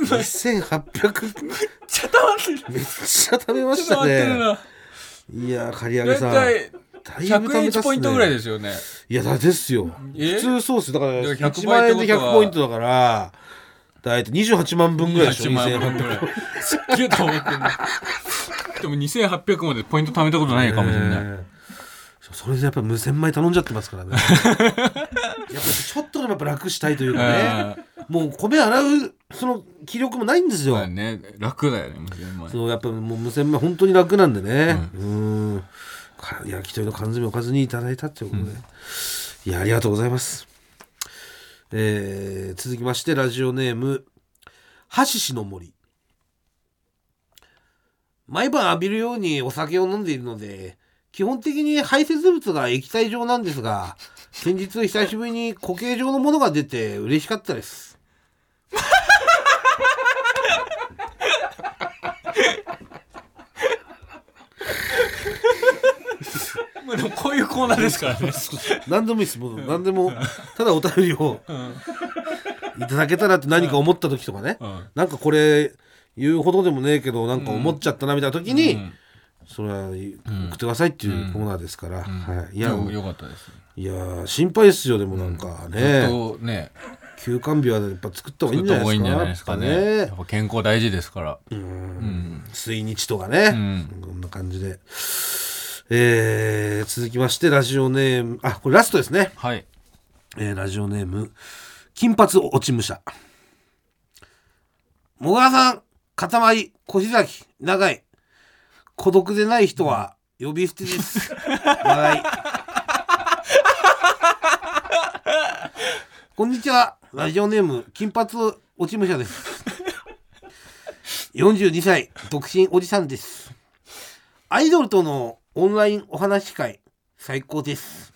Speaker 3: 2800めっ
Speaker 2: ちょっと待って
Speaker 3: ちゃ食べま
Speaker 2: ちょっ
Speaker 3: し
Speaker 2: と
Speaker 3: た
Speaker 2: 待ってる
Speaker 3: ね
Speaker 2: ない
Speaker 3: やー刈り上げ
Speaker 2: 大
Speaker 3: さん
Speaker 2: 体
Speaker 3: だいぶ食べたっす
Speaker 2: 101
Speaker 3: ね
Speaker 2: ポイントぐらいですよね
Speaker 3: いやだですよ
Speaker 2: え
Speaker 3: 普通そうっすよだから
Speaker 2: だから
Speaker 3: 1万円で
Speaker 2: 100
Speaker 3: 100ポイントだから大体28万分ぐらいでしょ
Speaker 2: 28万円ぐらいすっげえと思ってんだでも2800までポイント貯めたことないかもしれない、
Speaker 3: ええそれでやっぱ無洗米頼んじゃってます [laughs] からねやっぱちょっとでもやっぱ楽したいというかねもう米洗うその気力もないんですよ、
Speaker 2: まあね楽だよね無洗米
Speaker 3: そうやっぱもう無洗米本当に楽なんでねうんか焼き鳥の缶詰おかずにいただいたということで、いやありがとうございますえー続きましてラジオネーム「はししの森」毎晩浴びるようにお酒を飲んでいるので基本的に排泄物が液体状なんですが先日久しぶりに固形状のものが出て嬉しかったです
Speaker 2: まあでもこういうコーナーですからね
Speaker 3: 何でもいいですもう何でもただお便りをいただけたらって何か思った時とかね、
Speaker 2: うん
Speaker 3: なんかこれ言うほどでもねえけどなんか思っちゃったなみたいな時に、
Speaker 2: うん
Speaker 3: それは送ってくださいっていうコーナーですから、はい、い
Speaker 2: い
Speaker 3: や
Speaker 2: やよかったです
Speaker 3: いやー心配ですよでもなんかね、
Speaker 2: とね
Speaker 3: 休館日はやっぱ作った方がい
Speaker 2: 作っ
Speaker 3: いんじ
Speaker 2: た
Speaker 3: ゃな
Speaker 2: 方がいいんじゃないい
Speaker 3: で
Speaker 2: ですす
Speaker 3: か
Speaker 2: か
Speaker 3: ね
Speaker 2: ねやっぱ健康大事ですから
Speaker 3: うん水日とかね、
Speaker 2: うん
Speaker 3: こんな感じで、えー続きましてラジオネームあこれラストですね
Speaker 2: はい
Speaker 3: えーラジオネーム金髪落ち武者もぐらさん塊腰崎長い孤独でない人は呼び捨てです笑いこんにちはラジオネーム金髪落ち武者です42歳独身おじさんですアイドルとのオンラインお話し会最高です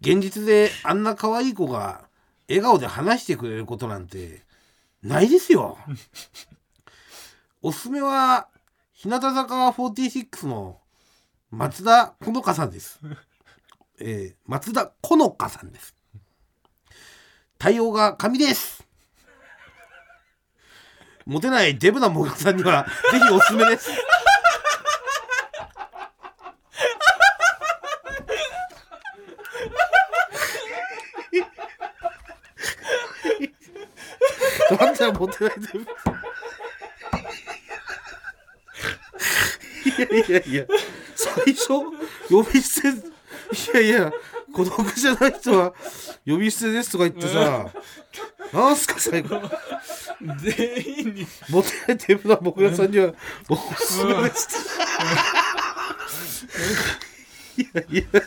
Speaker 3: 現実であんな可愛い子が笑顔で話してくれることなんてないですよ。おすすめは「日向坂46の松田好花さんです。えー、松田好花さんです。対応が神です。モテないデブなもがさんにはぜひおすすめです。なんだよモテないデブ。いやいやいや、最初、呼び捨て、いやいや、孤独じゃない人は、呼び捨てですとか言ってさ、なんすか最後、
Speaker 2: 全員に
Speaker 3: モテないテープな僕らさんには、おすすめですって。いやいや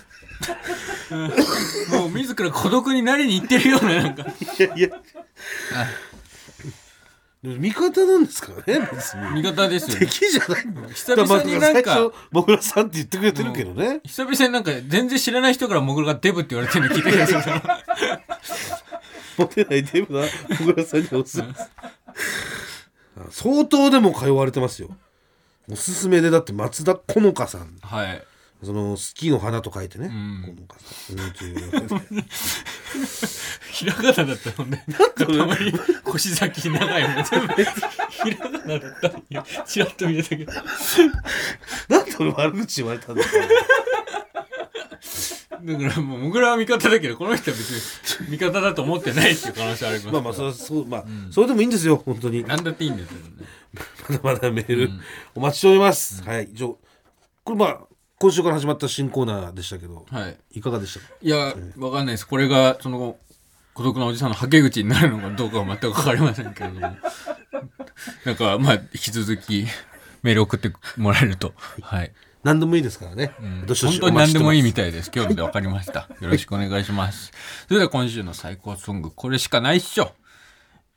Speaker 2: もう自ら孤独になりに行ってるようななんか
Speaker 3: いやいや。でも味方なんですからね、別に。
Speaker 2: 味方ですよね
Speaker 3: 敵じゃないの
Speaker 2: 久々になんか
Speaker 3: だらまあ最初僕らさんって言ってくれてるけどね、
Speaker 2: 久々になんか全然知らない人からモグラがデブって言われてるの聞いてるんですよ
Speaker 3: モテないデブな僕らさんにおすすめです相当でも通われてますよおすすめでだって松田好花さん
Speaker 2: はい
Speaker 3: その好きの花と書いてね、
Speaker 2: ん
Speaker 3: 好花さんうんという
Speaker 2: ひらがなだったもんねたまに腰先長いもん全部ひらがなだったんよちらっと見てたけど
Speaker 3: なんで俺悪口言われたんだろ
Speaker 2: [laughs] だからもうモグラは味方だけどこの人は別に味方だと思ってないっていう可能性ありますか
Speaker 3: う
Speaker 2: ら
Speaker 3: まあまあそれそうまあ、それでもいいんですよ本当にま
Speaker 2: なんだっていいんですよね
Speaker 3: だまだメール、お待ちしております、はい以上これまあ今週から始まった新コーナーでしたけど、
Speaker 2: はい
Speaker 3: いかがでしたか
Speaker 2: いや、わかんないです。これが、その、孤独なおじさんのはけ口になるのかどうかは全くわかりませんけれども。 [laughs] なんか、まあ、引き続き、メール送ってもらえると。はい。
Speaker 3: 何でもいいですからね、どしど
Speaker 2: 本
Speaker 3: し
Speaker 2: 当に何でもいい
Speaker 3: お待ちして
Speaker 2: み
Speaker 3: ます
Speaker 2: たいです。興味でわかりました。よろしくお願いします。それでは今週の最高ソング、これしかないっしょ。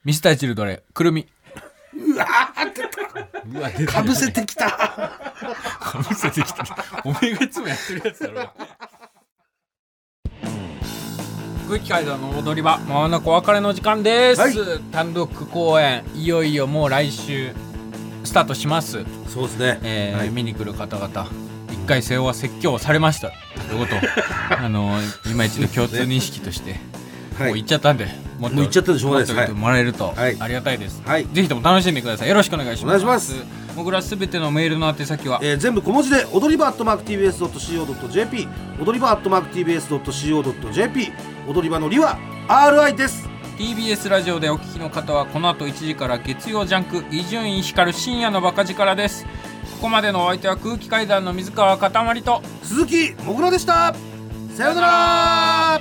Speaker 2: ミスターチルドレン、くるみ。うわ出た
Speaker 3: かぶせてきた
Speaker 2: かぶせてきたお前がいつもやってるやつだろ空気階段の踊り場まもなくお別れの時間です、
Speaker 3: はい
Speaker 2: 単独公演いよいよもう来週スタートします、
Speaker 3: そうですね、
Speaker 2: えー
Speaker 3: はい
Speaker 2: 見に来る方々一回瀬尾は説教をされましたということを
Speaker 3: [laughs]
Speaker 2: あの今一度共通認識として、も
Speaker 3: は
Speaker 2: う行
Speaker 3: い
Speaker 2: っちゃったんでもっと
Speaker 3: もう行っちゃったんでしょうがないです
Speaker 2: もっと言ってもらえると、
Speaker 3: はい
Speaker 2: ありがたいです、
Speaker 3: はい
Speaker 2: ぜひとも楽しんでくださいよろしくお願いします
Speaker 3: お願いします
Speaker 2: もぐらすべてのメールの宛先は
Speaker 3: えー全部小文字で踊り場アットマーク TBS.CO.JP 踊り場アットマーク TBS.CO.JP 踊り場のりは RI です
Speaker 2: TBS ラジオでお聞きの方はこの後1時から月曜ジャンク伊集院光る深夜のバカ力ですここまでのお相手は空気階段の水川かたまりと
Speaker 3: 鈴木もぐらでしたさようなら